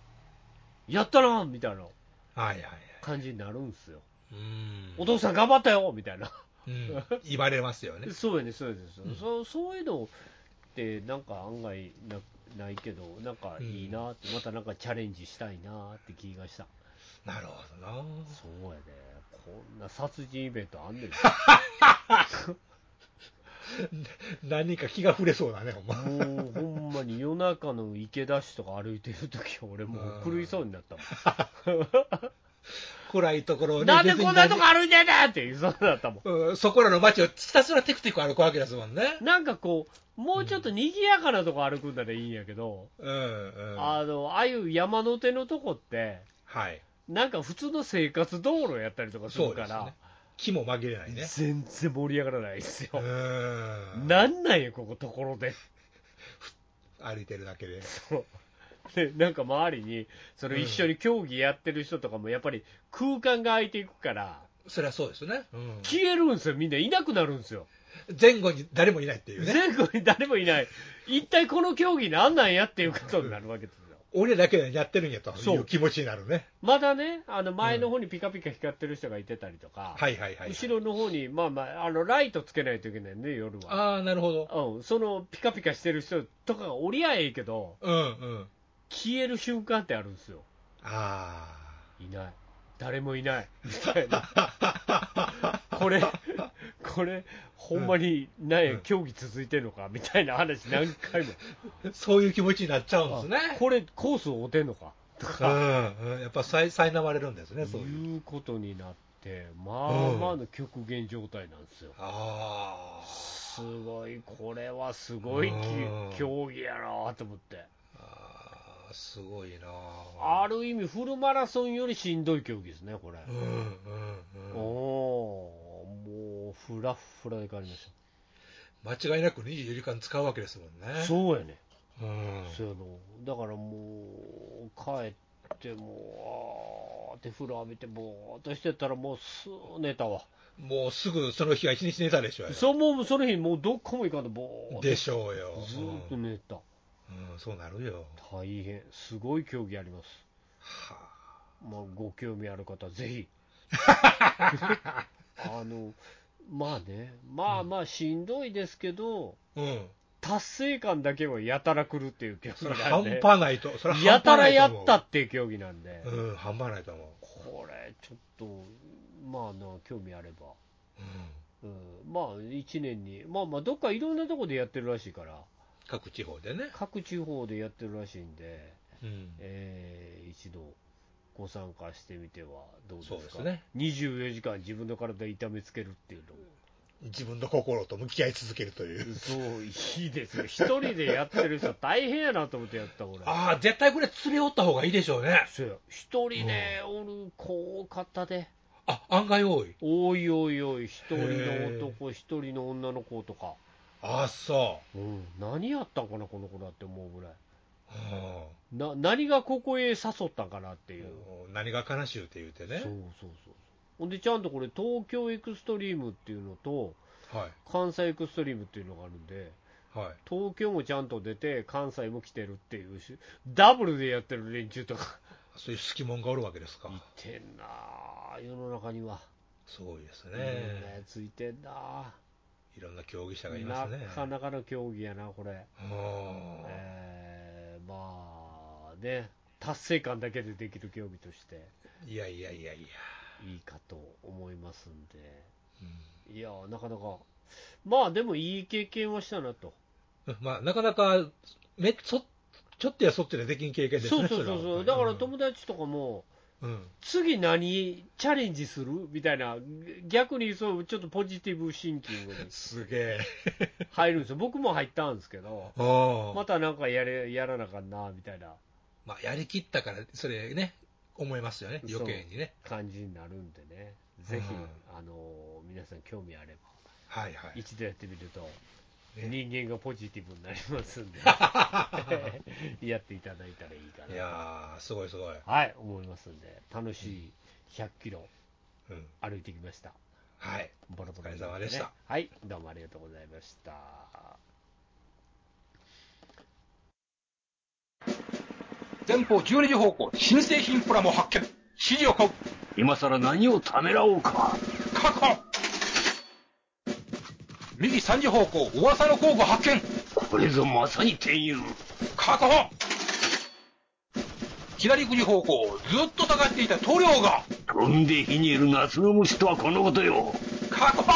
やったなみたいな
はいはいはい。
感じになるんですよ、
うん
お父さん頑張ったよみたいな、。
うん、言われますよ ね
そうやねそうやね、そう
うん
そうそういうのってなんか案外なないけどなんかいいなって、またなんかチャレンジしたいなって気がした
なるほどな。
そうやね、こんな殺人イベントあんねん。
何か気が触れそうだね、ほんま。
もうほんまに夜中の池田市とか歩いてるとき、俺もう狂いそうになった
暗いところを
もん。
ね
なんでこんなとこ
別に
歩いてんだって言いそうになったも
何うんそこらの街をひたすらテクテク歩くわけですもんね
ん。。なんかこう、もうちょっと賑やかなとこ歩くんならいいんやけど、
うんうん。
あの、ああいう山の手のとこって、
はい。
なんか普通の生活道路やったりとかす
そ
る
うで
か
すね
ら、。
気も紛れないね。
全然盛り上がらないですよ
う。ん。
なんなんや、ここ、ところで。
歩いてるだけで。
そうでなんか周りにそれ一緒に競技やってる人とかもやっぱり空間が空いていくから
そりゃそうですね。うん
消えるんですよみんないなくなるんですよ
前後に誰もいないっていうね。
全国に誰もいない一体この競技なんなんやっていうことになるわけですよ
俺だけでやってるんやと
そ
いうう気持ちになるね。
まだねあの前の方にピカピカ光ってる人がいてたりとか、
はいはいはい。
後ろの方にまあまああのライトつけないといけないんで夜は
ああ、なるほど。
うん、そのピカピカしてる人とかがおりゃええけど
うんうん。
消える瞬間ってあるんですよ
あ
いない誰もいないみたいな
あ。
これ、これ、ほんまに、なんや
うん
競技続いてんのかみたいな話、何回も、
そういう気持ちになっちゃうんですね。
これ、コースを追ってんのかとか、
うんうん。やっぱさい苛まれるんですね、そういう。
いうことになって、まあまあの極限状態なんですよ。
あ
すごい、これはすごいき
うん
競技やなと思って、
ーあー、すごいな
ある意味、フルマラソンよりしんどい競技ですね、これ。
うんう
お
んうん。
おーもう、ふらっふらで帰りまし
間違いなく24時間使うわけですもん
た。
ね。う。
そうやね。
うん。
そうやのだからもう帰ってもうあーって風呂浴びてぼーっとしてたらもうすー寝たわ
もうすぐその日が一日寝たでしょうよ。
そうもうその日もうどこも行かんとぼーっと
でしょうよ。
ずーっと寝た
うんうん、そうなるよ。
大変すごい競技あります
は
まあご興味ある方ぜ ひあのまあねまあまあしんどいですけど
あうん。
達成感だけはやたら来るっていう競
それ
技なん
半
で
端ないと。それ半端ないと
やた
思う
らやった。っていう競技なんで、
うん、半端ないと思う。
これちょっとまあな興味あれば、
うん。
うん、まあ1年にまあまあどっかいろんなとこでやってるらしいから
各地方でね。
各地方でやってるらしいんで、
うん。
えー一度ご参加してみてはどうですか
そうですね
24時間自分の体痛めつけるっていうの
自分の心と向き合い続けるという。
そういいですよ一人でやってる人大変やなと思ってやった俺
ああ、絶対これ連れ寄った方がいいでしょうね。
そうや一人でおる子多かったで
あ、案外多い。
おいおいおい一人
へー
の男一人の女の子とか
ああ、そ
うん、何やったんかな、この子だって思うぐらい、
う。うん
な何がここへ誘ったんかなっていう、
何が悲しゅうって言う
そ
て
う
ね。
そうそう、ほんで、ちゃんとこれ、東京エクストリームっていうのと、
は
関西エクストリームっていうのがあるんで、
い。はい。
東京もちゃんと出て、関西も来てるっていうし、ダブルでやってる連中とか、
そういう隙間がおるわけですか
い。てんなあ、世の中には、
すごいです
いろんな
ね。
やついてんなあ、
いろんな競技者がいますね。
なかなかの競技やな、これ。
うん
えー、まあね、達成感だけでできる競技として
いやいやいやいや。
いいかと思いますんで、
うん
いやー、なかなか、まあでもいい経験はしたなと、
まあ、なかなか、めそちょっとやそっちでできん経験です
そ
ね。
うそうそうそう、だから友達とかも、
うん、うん
次何チャレンジするみたいな、逆にそうちょっとポジティブシンキングに
すげえ。
入るんですよ、僕も入ったんですけど、
おー
またなんかやれやらなあかんなみたいな
まあ、やりきったから、それね、思いますよね、余計にね。
感じになるんでね、ぜひ、
う
あのー皆さん、興味あれば、
はいはい。
一度やってみると、
ね
人間がポジティブになります んで、 やっていただいたらいいか
い
な
やー、すごいすごい。
はい、思いますんで、楽しい100キロ
うん、
歩いてきました。
はい。
ボロボロに
お疲れ
なってね
様でした。
はい、どうもありがとうございました。
前方12時方向、新製品プラモ発見。指示を確
今さら何をためらおうか
保。右3時方向、噂の工具発見。
これぞまさに天佑
確保。左9時方向、ずっと下がっていた塗料が、
飛んで火にいる夏の虫とはこのことよ
確保。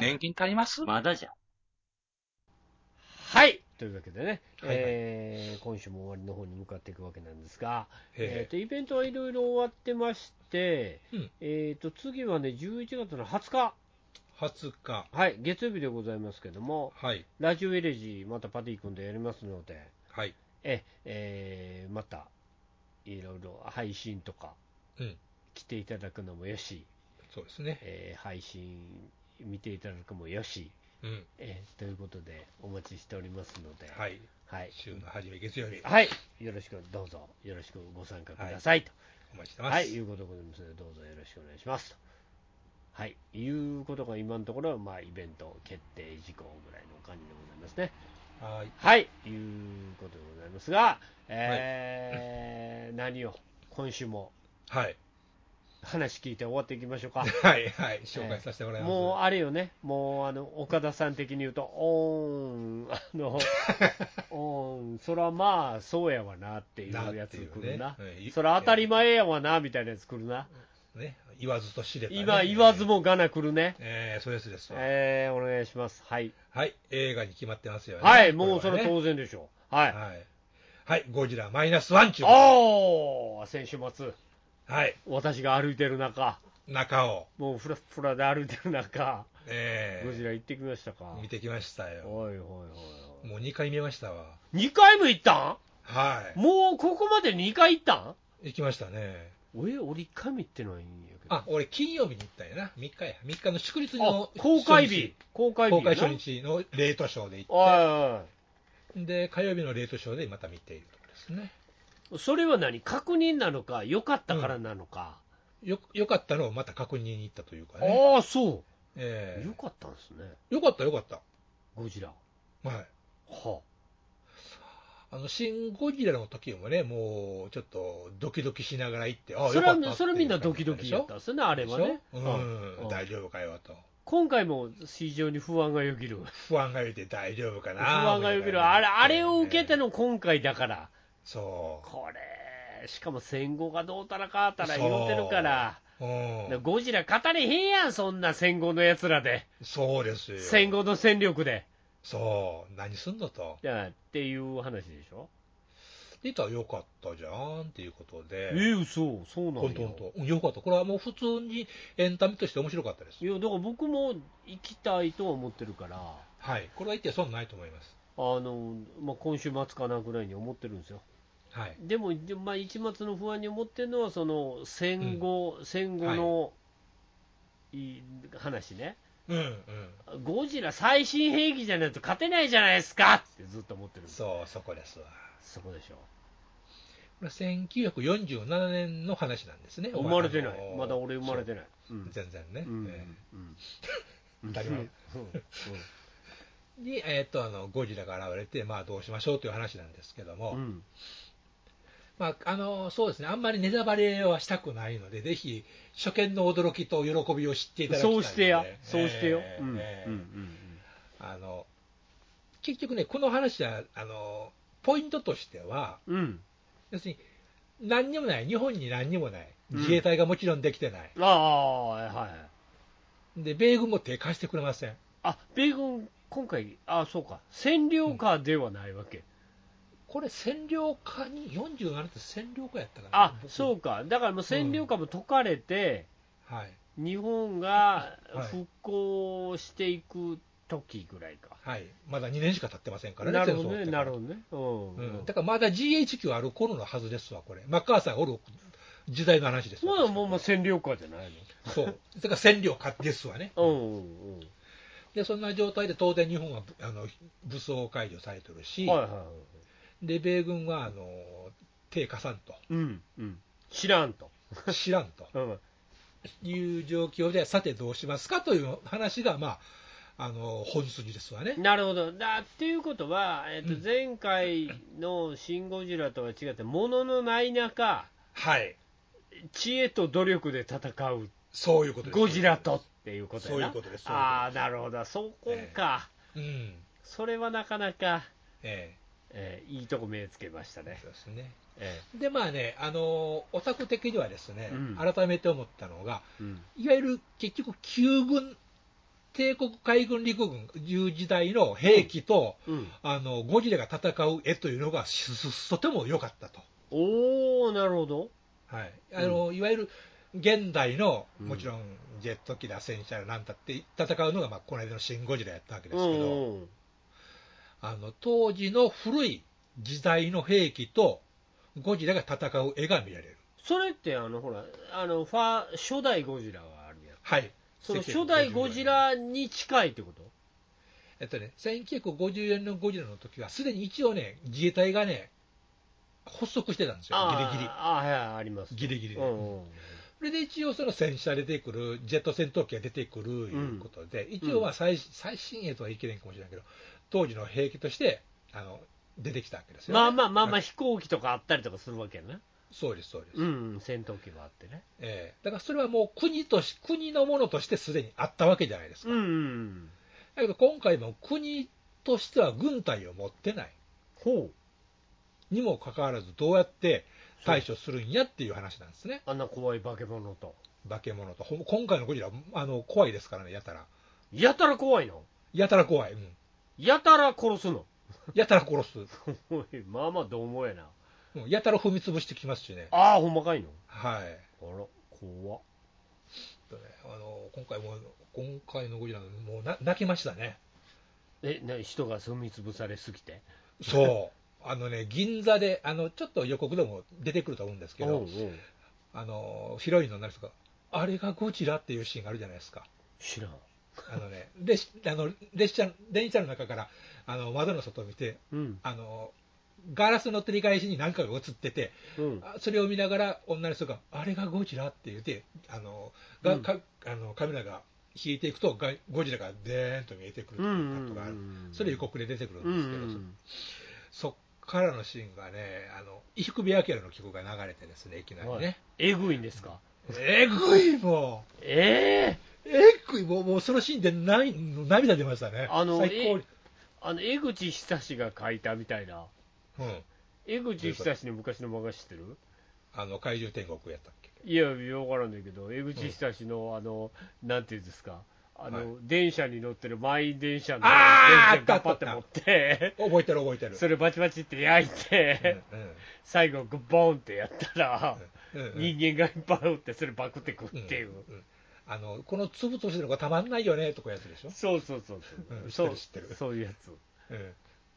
年金足ります
まだじゃ
はいというわけでね、
はいはい
えー今週も終わりの方に向かっていくわけなんですが、え
え
ー、とイベントはいろいろ終わってまして、
うん
えー、と次はね、11月の20日、
ー、20日。
はい、月曜日でございますけども、
はい。
ラジオエレジー、またパティ君でやりますので、
はい。
ええーまたいろいろ配信とか、
うん
来ていただくのもよし、
そうですね。
えー配信見ていただくもよし、
うん。
えーということでお待ちしておりますので、
はい。
はい
週の初め月曜日、
はいよろしくどうぞよろしくご参加くださいと、
お待ちして
は
ま
い
す。
い、うことでございますのでどうぞよろしくお願いしますと。はい、いうことが今のところは、まあ、イベント決定事項ぐらいの感じでございますね。
はい。
はい、いうことでございますが、えー 何を今週も
はい。
話聞いて終わっていきましょうか。
はい。はい。紹介させてもらいます。
もうあれよね、もうあの岡田さん的に言うと、おーん、あ の、おーん、そらまあ、そうやわなっていうやつ来るな
なっ、ていうねうん
そら当たり前やわなみたいなやつ来るな、
ね、言わずと知れた、ね。
今、言わず。もがな来るね、
えー、そうですですわ、
えー、お願いします、はい、
はい。映画に決まってますよね。
はい、もう
こ
そ
はね
れ当然でしょう、はい、
はい。はい。ゴジラマイナスワン中。は
おー、先週末、
い。
私が歩いてる中、
中尾。
もうふらふらで歩いてる中、
えー、
ゴジラ行ってきましたか。
見てきましたよ。
おいおいおいおい
もう2回見ましたわ。
2回も行った
は
んもうここまで2回行ったん
い。行きましたね。
俺、俺一回も行ってないんやけど。
あ、俺金曜日に行ったんやな。3日や。3日の祝日
あ
の
公開日。。公開日
公
やな。
開初日のレートショーで行っ
おい
て、で、火曜日のレートショーでまた見ているところですね。
おい。それは何確認なのか、良かったからなのか。
よ、よかったのをまた確認に行ったというかね。
ああ、そ
え
う。
え
良かったんですね。
よかったよかった。
ゴジラ。は
はい。
あ。
あの、シン・ゴジラの時もね、もう、ちょっと、ドキドキしながら行って、あ
それ
よかったってい
は、
う
それみんなドキドキやったんですね、あれ
感じ
は
でし
ね。
ょでしょうん、大丈夫かよと。
今回も非常に不安がよぎる。
不安が言って大丈夫か
不
な。
安がよぎる。あれ、あれを受けての今回だから。
そ
これ、しかも戦後がどうたらかあたら言うてるから。
う。うん。
ゴジラ語れへんやん、そんな戦後のやつらで、
そうですよ。
戦後の戦力で。
そう。何すんのと。
いやっていう話でしょ。
出たらよかったじゃんっていうこと
え
で。
ー、嘘、そうな
ほんとほんと。うんよかった。これはもう普通にエンタメとして面白かったです
い。や、だから僕も行きたいとは思ってるから、あ
はい。これは言って損ないと思います。
のまあ、今週末かなぐらいに思ってるんですよ。
はい。
でも、でまあ、一末の不安に思ってるのは、その戦後、戦後の、いい話ね、
うんうん。
ゴジラ最新兵器じゃないと勝てないじゃないですかってずっと思ってるんです
そう、そこですわ。
そこでしょ。
これは1947年の話なんですね。
生まれてない
あの。ー
まだ俺生まれてない。うん
全然ね。
うん
え
うん
当たり前
うん
ーに、えーっと、あの、ゴジラが現れて、まあどうしましょうという話なんですけども、
うんうん
まあ、あのそうですね、あんまりネタバレはしたくないので、ぜひ初見の驚きと喜びを知っていただきた
そ
いの
う
で
してや、そうしてよ
え。
う
ー
ん
えー
うんうん
あの結局ね、この話はあのポイントとしては、
うんうん
要するに何にもない、日本に何にもない、
うん
自衛隊がもちろんできてない、
ああ、はい。
で米軍も手貸してくれません、
あ、米軍、今回、あそうか、占領下ではないわけ。
これ、占領下に、47って占領下やったかな、
あそううか、だからもう占領下も解かれて、
はい、
日本が
はい
復興していく時ぐらいか。
はい、まだ2年しか経ってませんからね、
なるほど
戦争
ね、
って
なるほどね。うんう
う
んん
だからまだ GHQ ある頃のはずですわ、これ、マッカーサーがおる時代の話です
ま
わ、
だもうもう占領下じゃない
そう、だから占領下ですわね、
の。うんうん
でそんな状態で当然、日本はぶあの武装解除されてる
う
し、
ん。はいはいはい。
で米軍はあの手貸さん
うんうん。知らんと。
と、知らんと
うん。
いう状況で、さてどうしますかという話が、まあ、あの本筋ですわね。
なるほど。だっていうことは、えっと
うん
前回の「シン・ゴジラ」とは違って、もののない中、
はい
知恵と努力で戦う、
そういうことです
ゴジラとっていうことやな
そういうことですそういうことです
ああ、なるほど、そこか、
うん、
それはなかなか、
え
えーいいとこ目つけました
え
ね
そ。うですね。
え
で、まあね、あのオタク的にはですね、
うん
改めて思ったのが、
ーうん
いわゆる結局、旧軍、帝国海軍陸軍いう時代の兵器と、
うん、
あのゴジラが戦う絵というのがすすとても良かったと、
おー、なるほど。
はいあのいわゆる現代の、
うん
もちろんジェット機だ、戦車だなんだって戦うのが、まあ、この間のシン・ゴジラやったわけで
う
すけど、
んうん、
あの当時の古い時代の兵器とゴジラが戦う絵が見られる。
それってあの、ほらあのファ、初代ゴジラはあるやん。
はい
その初代ゴジラに近いってこと
えっとね、1954年のゴジラの時は、すでに一応ね、自衛隊がね、発足してたんですよ、
あ
ギリギ
ああはいはいあります。
ギリギリで
うんうん
リ。それで一応、その戦車出てくる、ジェット戦闘機が出てくるいうことで、一応は最最新鋭とは言い切れんかもしれないけど、当時の兵器としてあの出てきたわけですよ、ね。
まあまあまあまあ、
あ。
飛行機とかあったりとかするわけやな。
そうです、そうです。
うん、戦闘機もあってね。
ええだからそれはもう国とし、国のものとしてすでにあったわけじゃないですか。
うんうん。
だけど今回も国としては軍隊を持ってない。
ほう。
にもかかわらず、どうやって対処するんやっていう話なんですね、
あんな怖い化け物と。
化け物と、ほん今回のゴジラ、あの怖いですからね、やたら、
やたら怖いの
やたら怖い、うん、
やたら殺すの。
やたら殺す、
おいまあまあ、どうもやな。
うんやたら踏み潰してきますしね、
ああ、ほんまかいの
は
あ
い、
ら、怖っ。
ちょっとねあの今回も、今回のゴジラ、もうな泣きましたね、
え、な人が踏み潰されすぎて。
そう、 あのね、銀座で、あのちょっと予告でも出てくると思うんですけ
おうお
ど
う、
あのヒロインの人が、あれがゴジラっていうシーンがあるじゃないですか。
知らん。
あのね、列あの列車電車の中からあの窓の外を見て、
うん。
あのガラスの照り返しに何かが映ってて、
うん。
あそれを見ながら女の人が、あれがゴジラって言って、あのが
うん
かあのカメラが引いていくと、がゴジラがでーんと見えてくると
う
い
ん
うカットがある、
うん。
それ予告で出てくる
うん
ですけど、
ん。
そっからのシーンがね、あの伊福部明の曲が流れてですね、いきなり
はい
ね、
えぐいんですか
えぐいもう、
ええ
えぐいもう、もうそのシーンでない涙出ましたね、
あの
最高に、
あの、江口久が書いたみたいな。
うん、
江口久の昔の漫画知ってる
あの怪獣天国やったっけ、
いや、よくわからんだけど、江口久の、あの、なんていうんですか、あの、
はい
電車に乗ってる満員電車の、
あー
電車
あ
を
った
パ
あ
っ
ってた
持って、
覚えてる覚えてる。
それバチバチって焼いて、
うんうん
最後、グボーンってやったら、
うんうん
人間がいっぱいおって、それバクってくっていう。
んんあのこの粒としてるのがたまんないよねとかやつでしょ、
そうそうそう
うん
そう、
知ってる知って
そう
る
そういうやつ
うん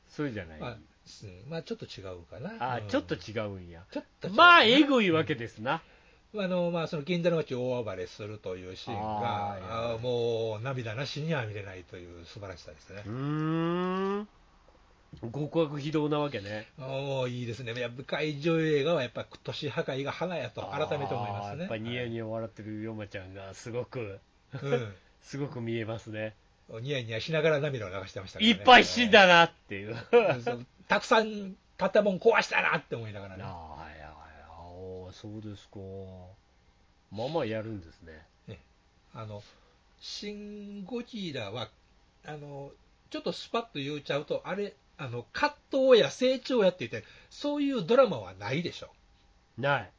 そうじゃない、
まあ
あ
うんまあ、ちょっと違うかな
あ
うん
ちょっと違うんや、
ちょっと違う
まあえぐいわけですな、
あの、まあ、その銀座の街を大暴れするというシーンが
あーいや
あーもう涙なしには見れないという素晴らしさですね
う、ーん極悪非道なわけね
もういいですねいや怪獣映画はやっぱ都市破壊が花やと改めて思いま
あ
す
ー
ね
やっぱニヤニヤ笑ってるヨマちゃんがすごく、すごく見えますね。
うん、ニヤニヤしながら涙を流してましたから
い
ね
っぱい死んだなっていう。
そうたくさん建物壊したなって思いながらね
ああ、いやあ、そうですか。まあまあやるんですね。
あの、シン・ゴジラは、あの、ちょっとスパッと言っちゃうと、あれ、あの、葛藤や成長やって言って、そういうドラマはないでしょ。
ない。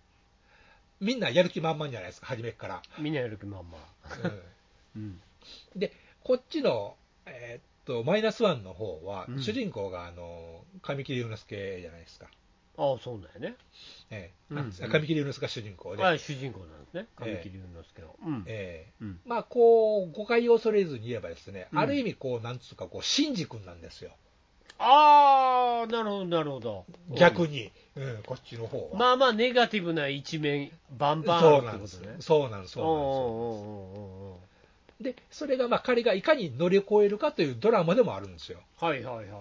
みんなやる気満々じゃないですか、初めっから。
みんなやる気まんま。
うん
うん。
こっちの、えーっと、マイナスワンの方は、
うん
主人公が、あの、神木隆之介じゃないですか。
ああ、そうだよね。
え
う
え
ん
あ神木隆之介が主人公で。
ああ主人公なんですね。神
ええ
木隆之介の。うん。
ええ
うん
まあ、こう、誤解を恐れずに言えばですね、
うん
ある意味、こう、なんつうか、こう、シンジ君なんですよ。
ああ、なるほど、なるほど。
逆に、うん、こっちの方は。
まあまあ、ネガティブな一面、バンバン
そう
あ
な
るって
んで
こと
す
ね。。
そうなんです。そうなんです。
お
で、それがまあ彼がいかに乗り越えるかというドラマでもあるんですよ。
うおうおうおうおうはいはいはいは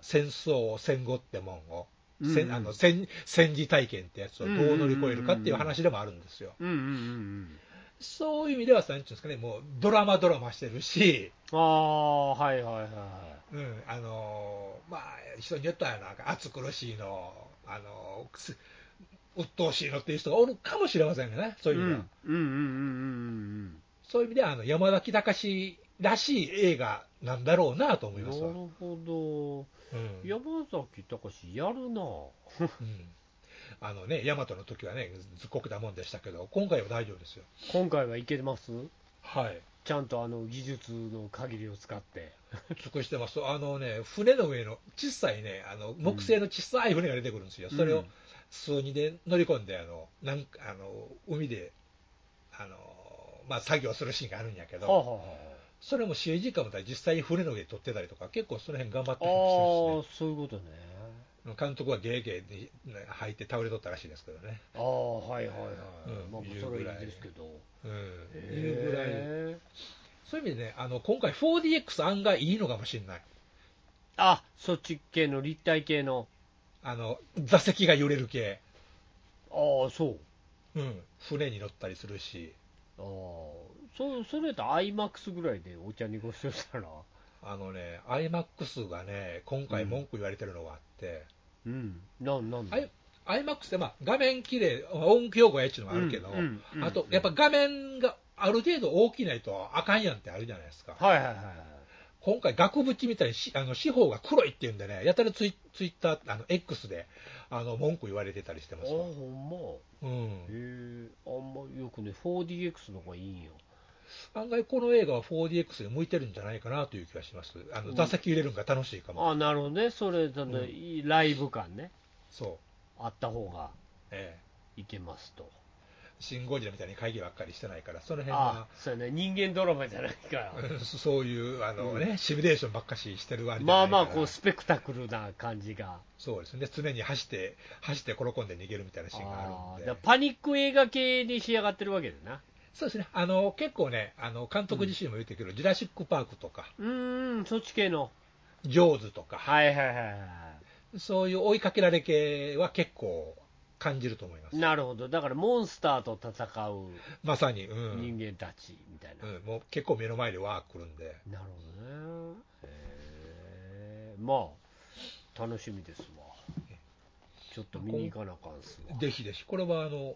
戦争、戦後ってもんを。
い。
戦あの戦戦時体験ってやつをどう乗り越えるかっ
うんうん
ていう
うん
話でもあるんですよ。
うんうんうんうん。
そういう意味では、なんていうんですかね、もうドラマドラマしてるし、
ああ、はいはいはい。
うん、あのーまあ、人によってはなんか暑苦しいの、あのーくす鬱陶しいのっていう人がおるかもしれませんよね、そうういう意味では。
んうんうんうん
そういう意味では、あの山崎隆らしい映画なんだろうなと思
うんう
い
ん。なる
ますわ。
ほ
うん
ど。山崎隆やるな
うんあのね、大和の時はね、ずっこくだもんでしたけど、今回は大丈夫ですよ。
今回はいけます
はい。
ちゃんとあの技術の限りを使って。
尽くしてます。あのね、船の上の小さいね、あの木製の小さい船が出てくるんですよ。それ
う
を
ん
数人で乗り込んで、あの、なんあの海で、あの、まあ、作業するシーンがあるんやけ
はあは
ど、
あは
それも CG 化もたら実際に船の上で撮ってたりとか、結構その辺頑張って
あ。ああ
るんで、
そういうことね。
すね。監督はゲーゲーにね入って倒れとったらしいですけどね。
ああ、はいはいはい。
うん
まあ、それはいいですけど。
うん。いうぐらい。
へえ
そういう意味でね、あの今回 4DX 案外いいのかもしれない。
あ、そっち系の立体系の。
あの、座席が揺れる系。
ああ、そう。
うん。船に乗ったりするし、
ああ、そう、それやと IMAX ぐらいでお茶にごしよしたら。
あのね、iMAX がね、今回文句言われてるのがあって、
うん。なん、なんだ
あい iMAX ってまあ画面綺麗、音響がやっちゅうのもあるけど、
うんうんうん
あとやっぱ画面がある程度大きないとあかんやんってあるじゃないですか。
はいはいはいはい。
今回額縁みたいにしあの四方が黒いっていうんでね、やたらツイツイッター、あの X であの文句言われてたりして
あ
ま
あ、
すわ
ほ。んま。
うん
へえ、あんまよくね、4DX の方がいいんよ。
案外この映画は 4DX に向いてるんじゃないかなという気がします。あ
う
の
ん
座席入れるのが楽しいかも。
ああ、なるほどね。それ、だね、いいライブ感ね。
そう。
あった方が
え
いけますと。
え。シン・ゴジラみたいに会議ばっかりしてないから、その辺
あ
は、
あ、そうやね。人間ドラマじゃない から。
そういう、あのね、シミュレーションばっかししてる割じゃ
ま
な
あ
い
まあ、
から
こう、スペクタクルな感じが。
そうですね。常に走って、走って転んで逃げるみたいなシーンが
あ
あ
あ
る
だ
ん
か
で
ら。パニック映画系に仕上がってるわけだな。
そうですね。あの、結構ね、あの、監督自身も言ってるけど、ジュラシック・パークとか、
うーん、そっち系の。
ジョーズとか、
はいはいはいはい。
そういう追いかけられ系は結構感じると思います。
なるほど、だからモンスターと戦う
まさに、うん。
人間たちみたいな、
うん、もう結構目の前でワーク来るんで、
なるほどね、へえまあ、楽しみですわ、ちょっと見に行かなあかんっすわ、
ぜひぜひ、これはあの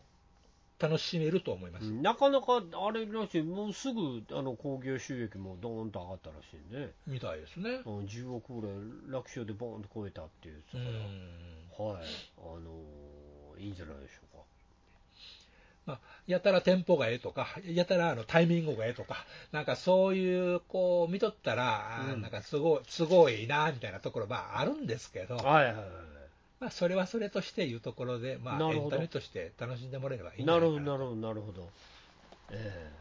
楽しめると思いま
う
す。
んなかなかあれらしい、もうすぐあの興行収益もどーンと上がったらしいね、
みたいですね。
うん、10億ぐらい楽勝でボーンと超えたっていうさ、
うん
はい、あのーいいんじゃないでしょうか。
まあ、やたらテンポがええとか、やたらあのタイミングがええとか、なんかそういう、こう、見とったら、あー
うん
なんかすごい、すごいな、みたいなところ、まあ、あるんですけど、
はいはいはい
まあ、それはそれとしていうところで、ま
な
あ、
る
エ
ほ
ン
ど
タメとして楽しんでもらえればいいんじ
な
ゃ
いる
か
ほど、なる
ほ
ほど、なるほど。え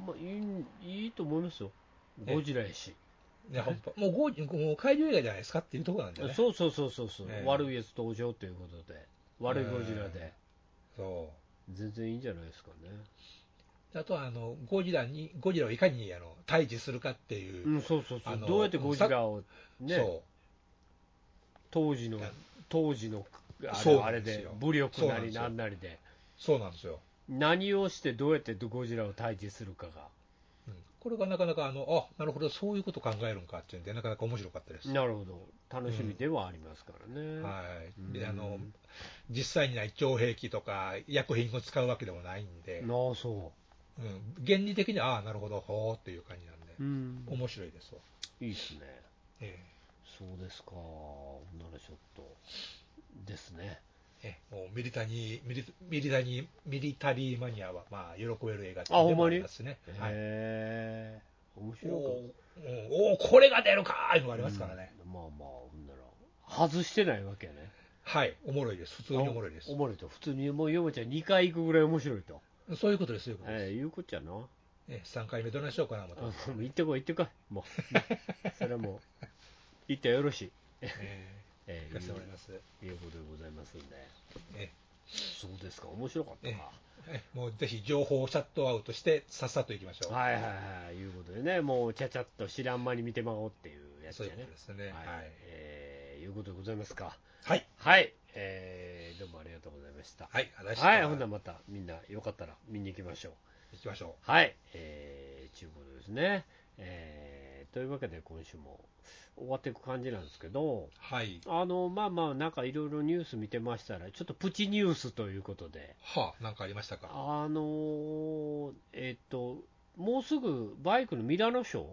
えまあいい、いいと思いますよ。ゴジラやし。
ど。いや、ほんともうゴー、もう怪獣映画じゃないですかっていうところなんでね。
そうそうそうそうそう、
ええ
悪いやつ登場ということで、悪いゴジラで、
そう。
全然いいんじゃないですかね。
あとはあのゴジラに、ゴジラをいかにあの退治するかっていう、
うん、そうそうそ
あ
う。
の
どうやってゴジラをね、
そ
当時の
な、
当時の、あ
そう
れ
な
あれ
んです
で
よ、
武力
そう
な
なんで
り
すよ
なんなりで、
う、そうなんですよ。
何をしてどうやってゴジラを退治するかが。
うんこれがなかなかあの、あなるほど、そういうこと考えるんかっていうんで、なかなか面白かったです。
なるほど。楽しみではありますからね。
はい、
う
で
ん
あの実際にない徴兵器とか薬品を使うわけでもないんで、
なあ、そ
うん、原理的にはああ、なるほど、ほーっていう感じなんで、
う。うん
面白いですわ、
いいっすね。
え
そうですか。女のショット。ですね。
えええもうミリタニーミリミリタニーミリタリーマニアは、まあ、喜べる映画っていうの
あほんま
も
に
ありますね、は
へ
い、
え。面
おー
白かっ
おーこれが出るかーいうのがあ
た
りますからね、。
うんまあまあ、ほんなら。外してないわけやね。
はい、おもろいです、普通におもろいです
お、もろいと。普通にもうヨモちゃん2回行くぐらい面白いと。
そういうことです、そういうことです、
ええ、いうこっちゃな。
ええ3回目、どないしようかな、また
あ、もう行ってこい、行ってこい。もう。それはもう、行ってよろしい。
ええ
え
行
え、
かせてもらいます、
いういうことでございますんで。
え
そうですか。面白かったか。
えええもうぜひ情報をシャットアウトして、さっさと行きましょう。
はいはいはい、いうことでね、もうちゃちゃっと知らん間に見てまおうっていうやつ
そう
や
いうこ
ね
と。ですね。
は
はいい。、
えー、いうことでございますか。
はい。
はい、えー、どうもありがとうございました。
はい。あらし
はい、ほんなら
行
またみんなよかったら見に行きましょう。
きましょ
はい、えー、ちゅうことですね。えー、というわけで今週も終わっていく感じなんですけど
う。、はい。
あの、まあまあ、なんかいろいろニュース見てましたら、ちょっとプチニュースということで、
はあ、なんかありましたか。
あのーえっ、と、もうすぐバイクのミラノショ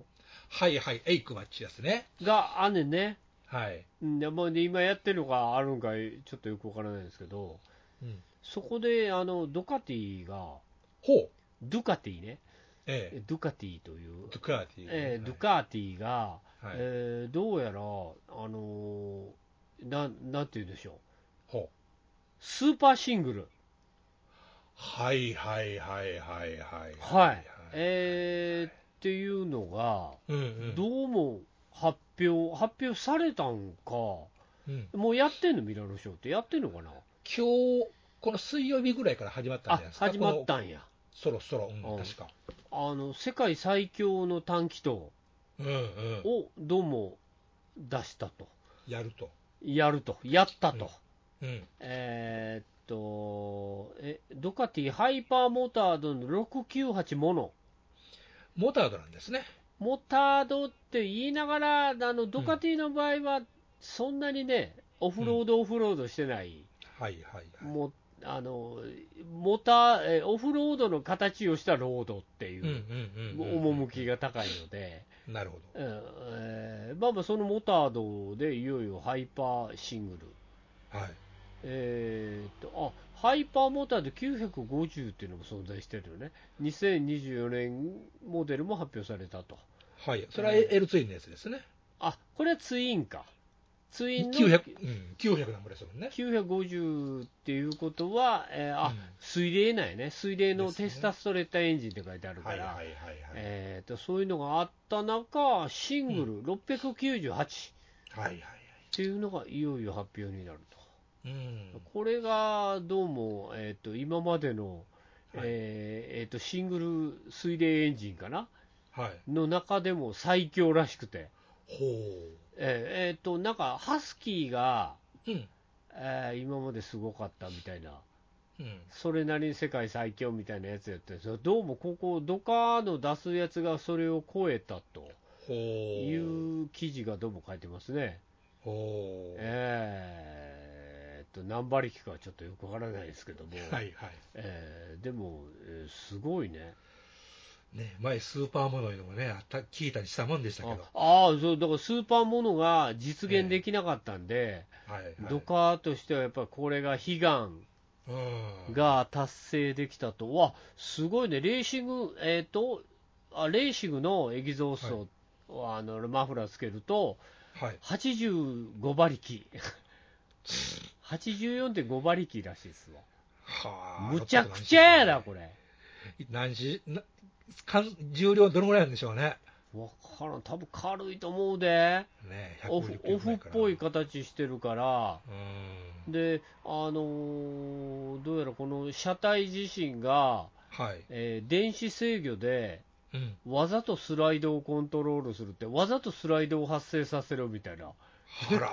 はいはい。エイクマッチですね。
ーがあんねんね。
はい。
うんでまあ、で今やってるのがあるんかいちょっとよくわからないんですけど、
うん。
そこであのドゥカティが、
ほう。
ドゥカティね、
ええ
ドゥカティという、
ドゥカーティ。
えードゥ
ー
カーティが、
ティ。はい。
えーどうやら、あのーなん、なんて言うんでしょう、
ほう。
スーパーシングル、
はいはいはいはいはい。
はい、えーっていうのが、
うんうん。
どうも発表、発表されたんか、も
うん
うやってんの、ミラノショーって、やってんのかな、
今日、この水曜日ぐらいから始まったん
あ
じゃないですか。
始まっ
この。
たんや、
そろそろ、うん
うん
確か。
あの世界最強の短気筒を
うんうん。
どうも出したと、
やると。
やると、やったと、
うんうん。
えーっとえ、ドカティハイパーモタードの698もの。
モタードなんですね。
モタードって言いながら、あのドカティの場合は、そんなにね、オフロード、オフロードしてない、
はいはいはい。
もあのモターえーオフロードの形をしたロードって
うん
いう、
うんうんうん。
趣が高いので、
なるほど。
うんえーまあまあ、そのモタードでいよいよハイパーシングル、
はい。
えーっとあハイパーモタード950っていうのも存在してるよね、2024年モデルも発表されたと、
はい。それは L ツインのやつですね。
あこれはツインか、ツインの
900、うん、900なんぼですもんね。
950っていうことは、えーあ、
うん
水冷なんやね、水冷の
です
テ
ね
スタストレッターエンジンって書いてあるか
はい
ら、
はいはいはい。
えー、とそういうのがあった中、シングル698っ
はいはいはい。
ていうのがいよいよ発表になると、
うん。
これがどうも、えー、と今までの、
はい
えーえーとシングル水冷エンジンかな、
はい。
の中でも最強らしくて、
ほ
えーえーとなんかハスキーが、
う。うん。
えー今まですごかったみたいな。
うん。
それなりに世界最強みたいなやつやってるんですよどうもここ、ドカーの出すやつがそれを超えたと
ほう。
いう記事がどうも書いてますね。
ほう。
えーっと、何馬力かはちょっとよくわからないですけど も、
はいは
えーでも、えーすごいね。
い。ね、前スーパーモノいうのもね、あった、聞いたりしたもんでしたけど。
ああー、そう、だからスーパーものが実現できなかったんで、
はいはい。
ドカーとしてはやっぱりこれが悲願
うん。
が達成できたと、わすごいね、レーシング、えー、とあレーシングのエキゾーストを、あのマフラーつけると、
はい。
85馬力、84.5馬力らしいですわ、
はあ。
むちゃくちゃやな、これ、
れ。何し、な、かん重量どのぐらいなんでしょうね。
わからん、多分軽いと思うで、
ね、
オフオフっぽい
か。
形してるから。
うん。
であのーどうやらこの車体自身が、
はい。
えー電子制御で
うん。
わざとスライドをコントロールするって、わざとスライドを発生させるみたいな、も
はら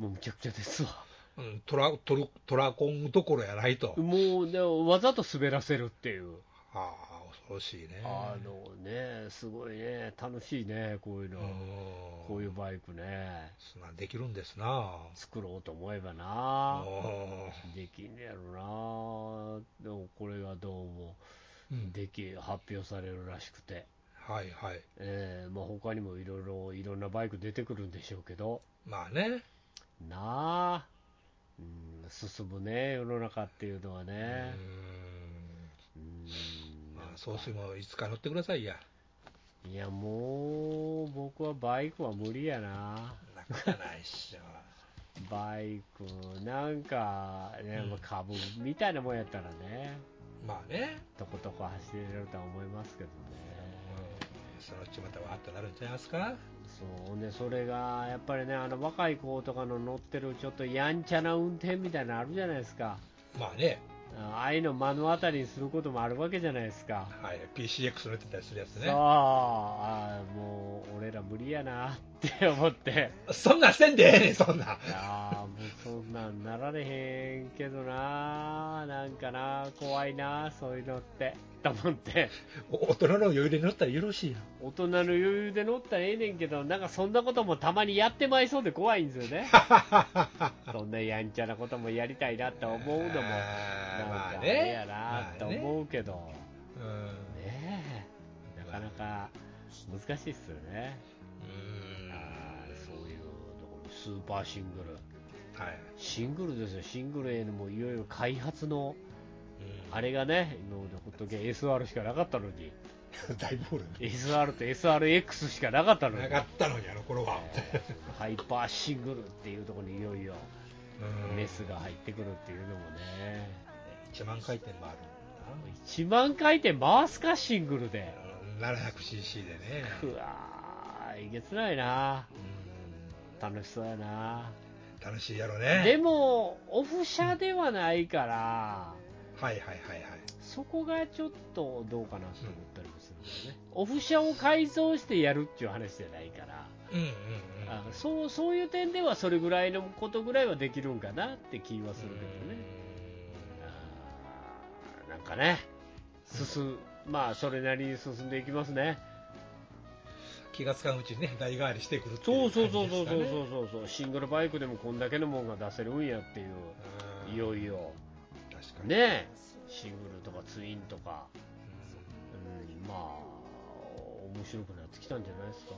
うむちゃくちゃですわ。
ー。うん、トラ、トル、トラコンどころやないと。
もう、でわざと滑らせるっていう。
ああ、恐ろしいね。
あのね、すごいね、楽しいね、こういうの、
うん
こういうバイクね、
そんなんできるんですな。
作ろうと思えば
あ
な、
あ。
できんねやろな、でもこれがどうも、
うん
でき、発表されるらしくて、
はいはい。
えーまあ、他にもいろいろ、いろんなバイク出てくるんでしょうけど、
まあね。
なあ、うん、進むね、世の中っていうのは
う
ね。
ん。
うん
まあ、総帥もいつか乗ってくださいや。
いや、もう、僕はバイクは無理やな。
なかなかないっしょ。
バイク、なんか、ね、まあ株みたいなもんやったらね、
まあね。
とことこ走れるとは思いますけどね。
うん。そのうちまたわーっとなるんちゃいますか
そうね、それが、やっぱりね、あの、若い子とかの乗ってる、ちょっとやんちゃな運転みたいなのあるじゃないですか。
まあね。
ああいうの目の当たりにすることもあるわけじゃないですか。
はい。PCX 乗ってたりするやつ
そう、
ね。
あーもう俺ら無理やなって思って、
そんなんせんでええねんそんなん。
ああ、もうそんなんなられへんけどな、なんかな、怖いな、そういうのって、と思って、
お大人の余裕で乗ったらよろしいやん。
大人の余裕で乗ったらええねんけど、なんかそんなこともたまにやってまいそうで怖いんですよ ね、そんなやんちゃなこともやりたいなと思うのも、なん
あーまあね
かあれやなと思うけど、
うん。
ねえ、なかなか難しいっすよね。
うん。
あーそういうところスーパーシングル
はい。
シングルですよシングル A のもういよいよ開発の
うん
あれがね今までほっとけ SR しかなかったのに
大ボール
SR と SRX しかなかったのに
なかったのに、あの頃は。
えーハイパーシングルっていうところにいよいよ
うん
メスが入ってくるっていうのもね
1万回転もある
1万回転回すかシングルで
んだな。700cc でね。
うわーえげつないな
うん
楽しそうやな
楽しいやろね。
でもオフ車ではないから、
はいはいはいはい。
そこがちょっとどうかなと思ったりもするんだよね、オフ車を改造してやるっていう話じゃないから、
うんうんうん。
あそうそういう点ではそれぐらいのことぐらいはできるんかなって気はするけどね、あーなんかね、進まあそれなりに進んでいきますね、
気がつかんうちにね、代替わりしてくるってい
そううそうそ
感
う
じ
そ
で
う
す
そ
か
うそ
ね
うそうそう、シングルバイクでもこんだけのもんが出せるんやっていう、
うん
いよいよ、
確かに。
ねえ、シングルとかツインとか。
うん
うん、まあ、面白くなってきたんじゃないですか。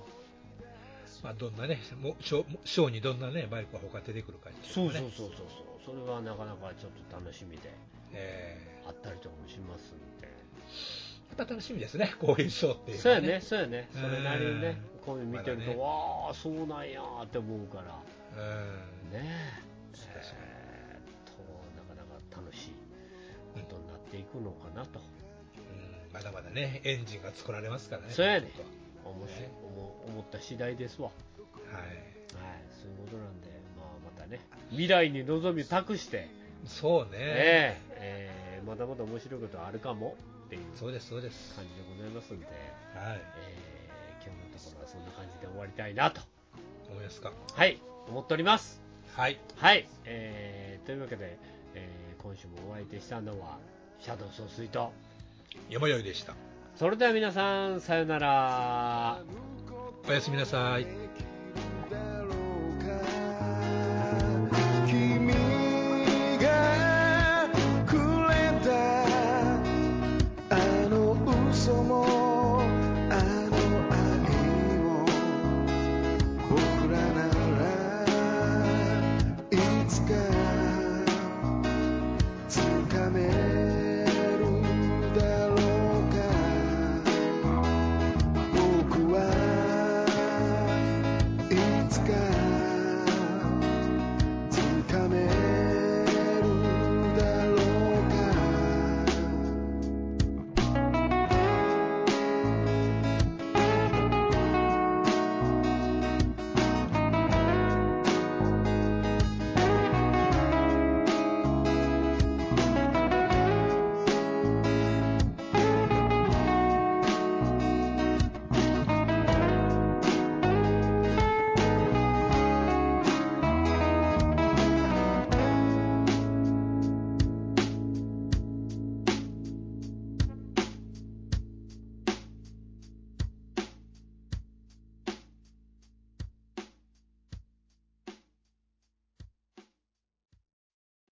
まあ、どんなね、もうショーもショーにどんなね、バイクが他出てくるかっていのね
そうそうそう。それはなかなかちょっと楽しみで
え
あったりとかもしますんで。
ーやっぱ楽しみですね、こういうショーっていうの
そう
は
やね、。そうやね。それなりにね
う、ん
こういう見てると、
まだね
わあ、そうなんやーって思うから、
うん。
ねえ。
そうそう
えーっと、なかなか楽しいことになっていくのかなと。
うんまだまだね、エンジンが作られますからね。
そうやね
こういうこ
面白い
ね
思思った次第ですわ。
とははい。
はい、そういうことなんで、まあまたね、未来に望みを託して、
そうね。
ねええーまだまだ面白いことあるかもっていう
そうです、そうです。
感じでございますんで、え
はい。
ー今日のところはそんな感じで終わりたいなと、
思いますか。
はい、思っております。
はい。
はい、えーというわけで、えー今週もお相手したのは、シャドウ総帥と、
山よいでした。
それでは皆さん、さよなら。
おやすみなさい。
「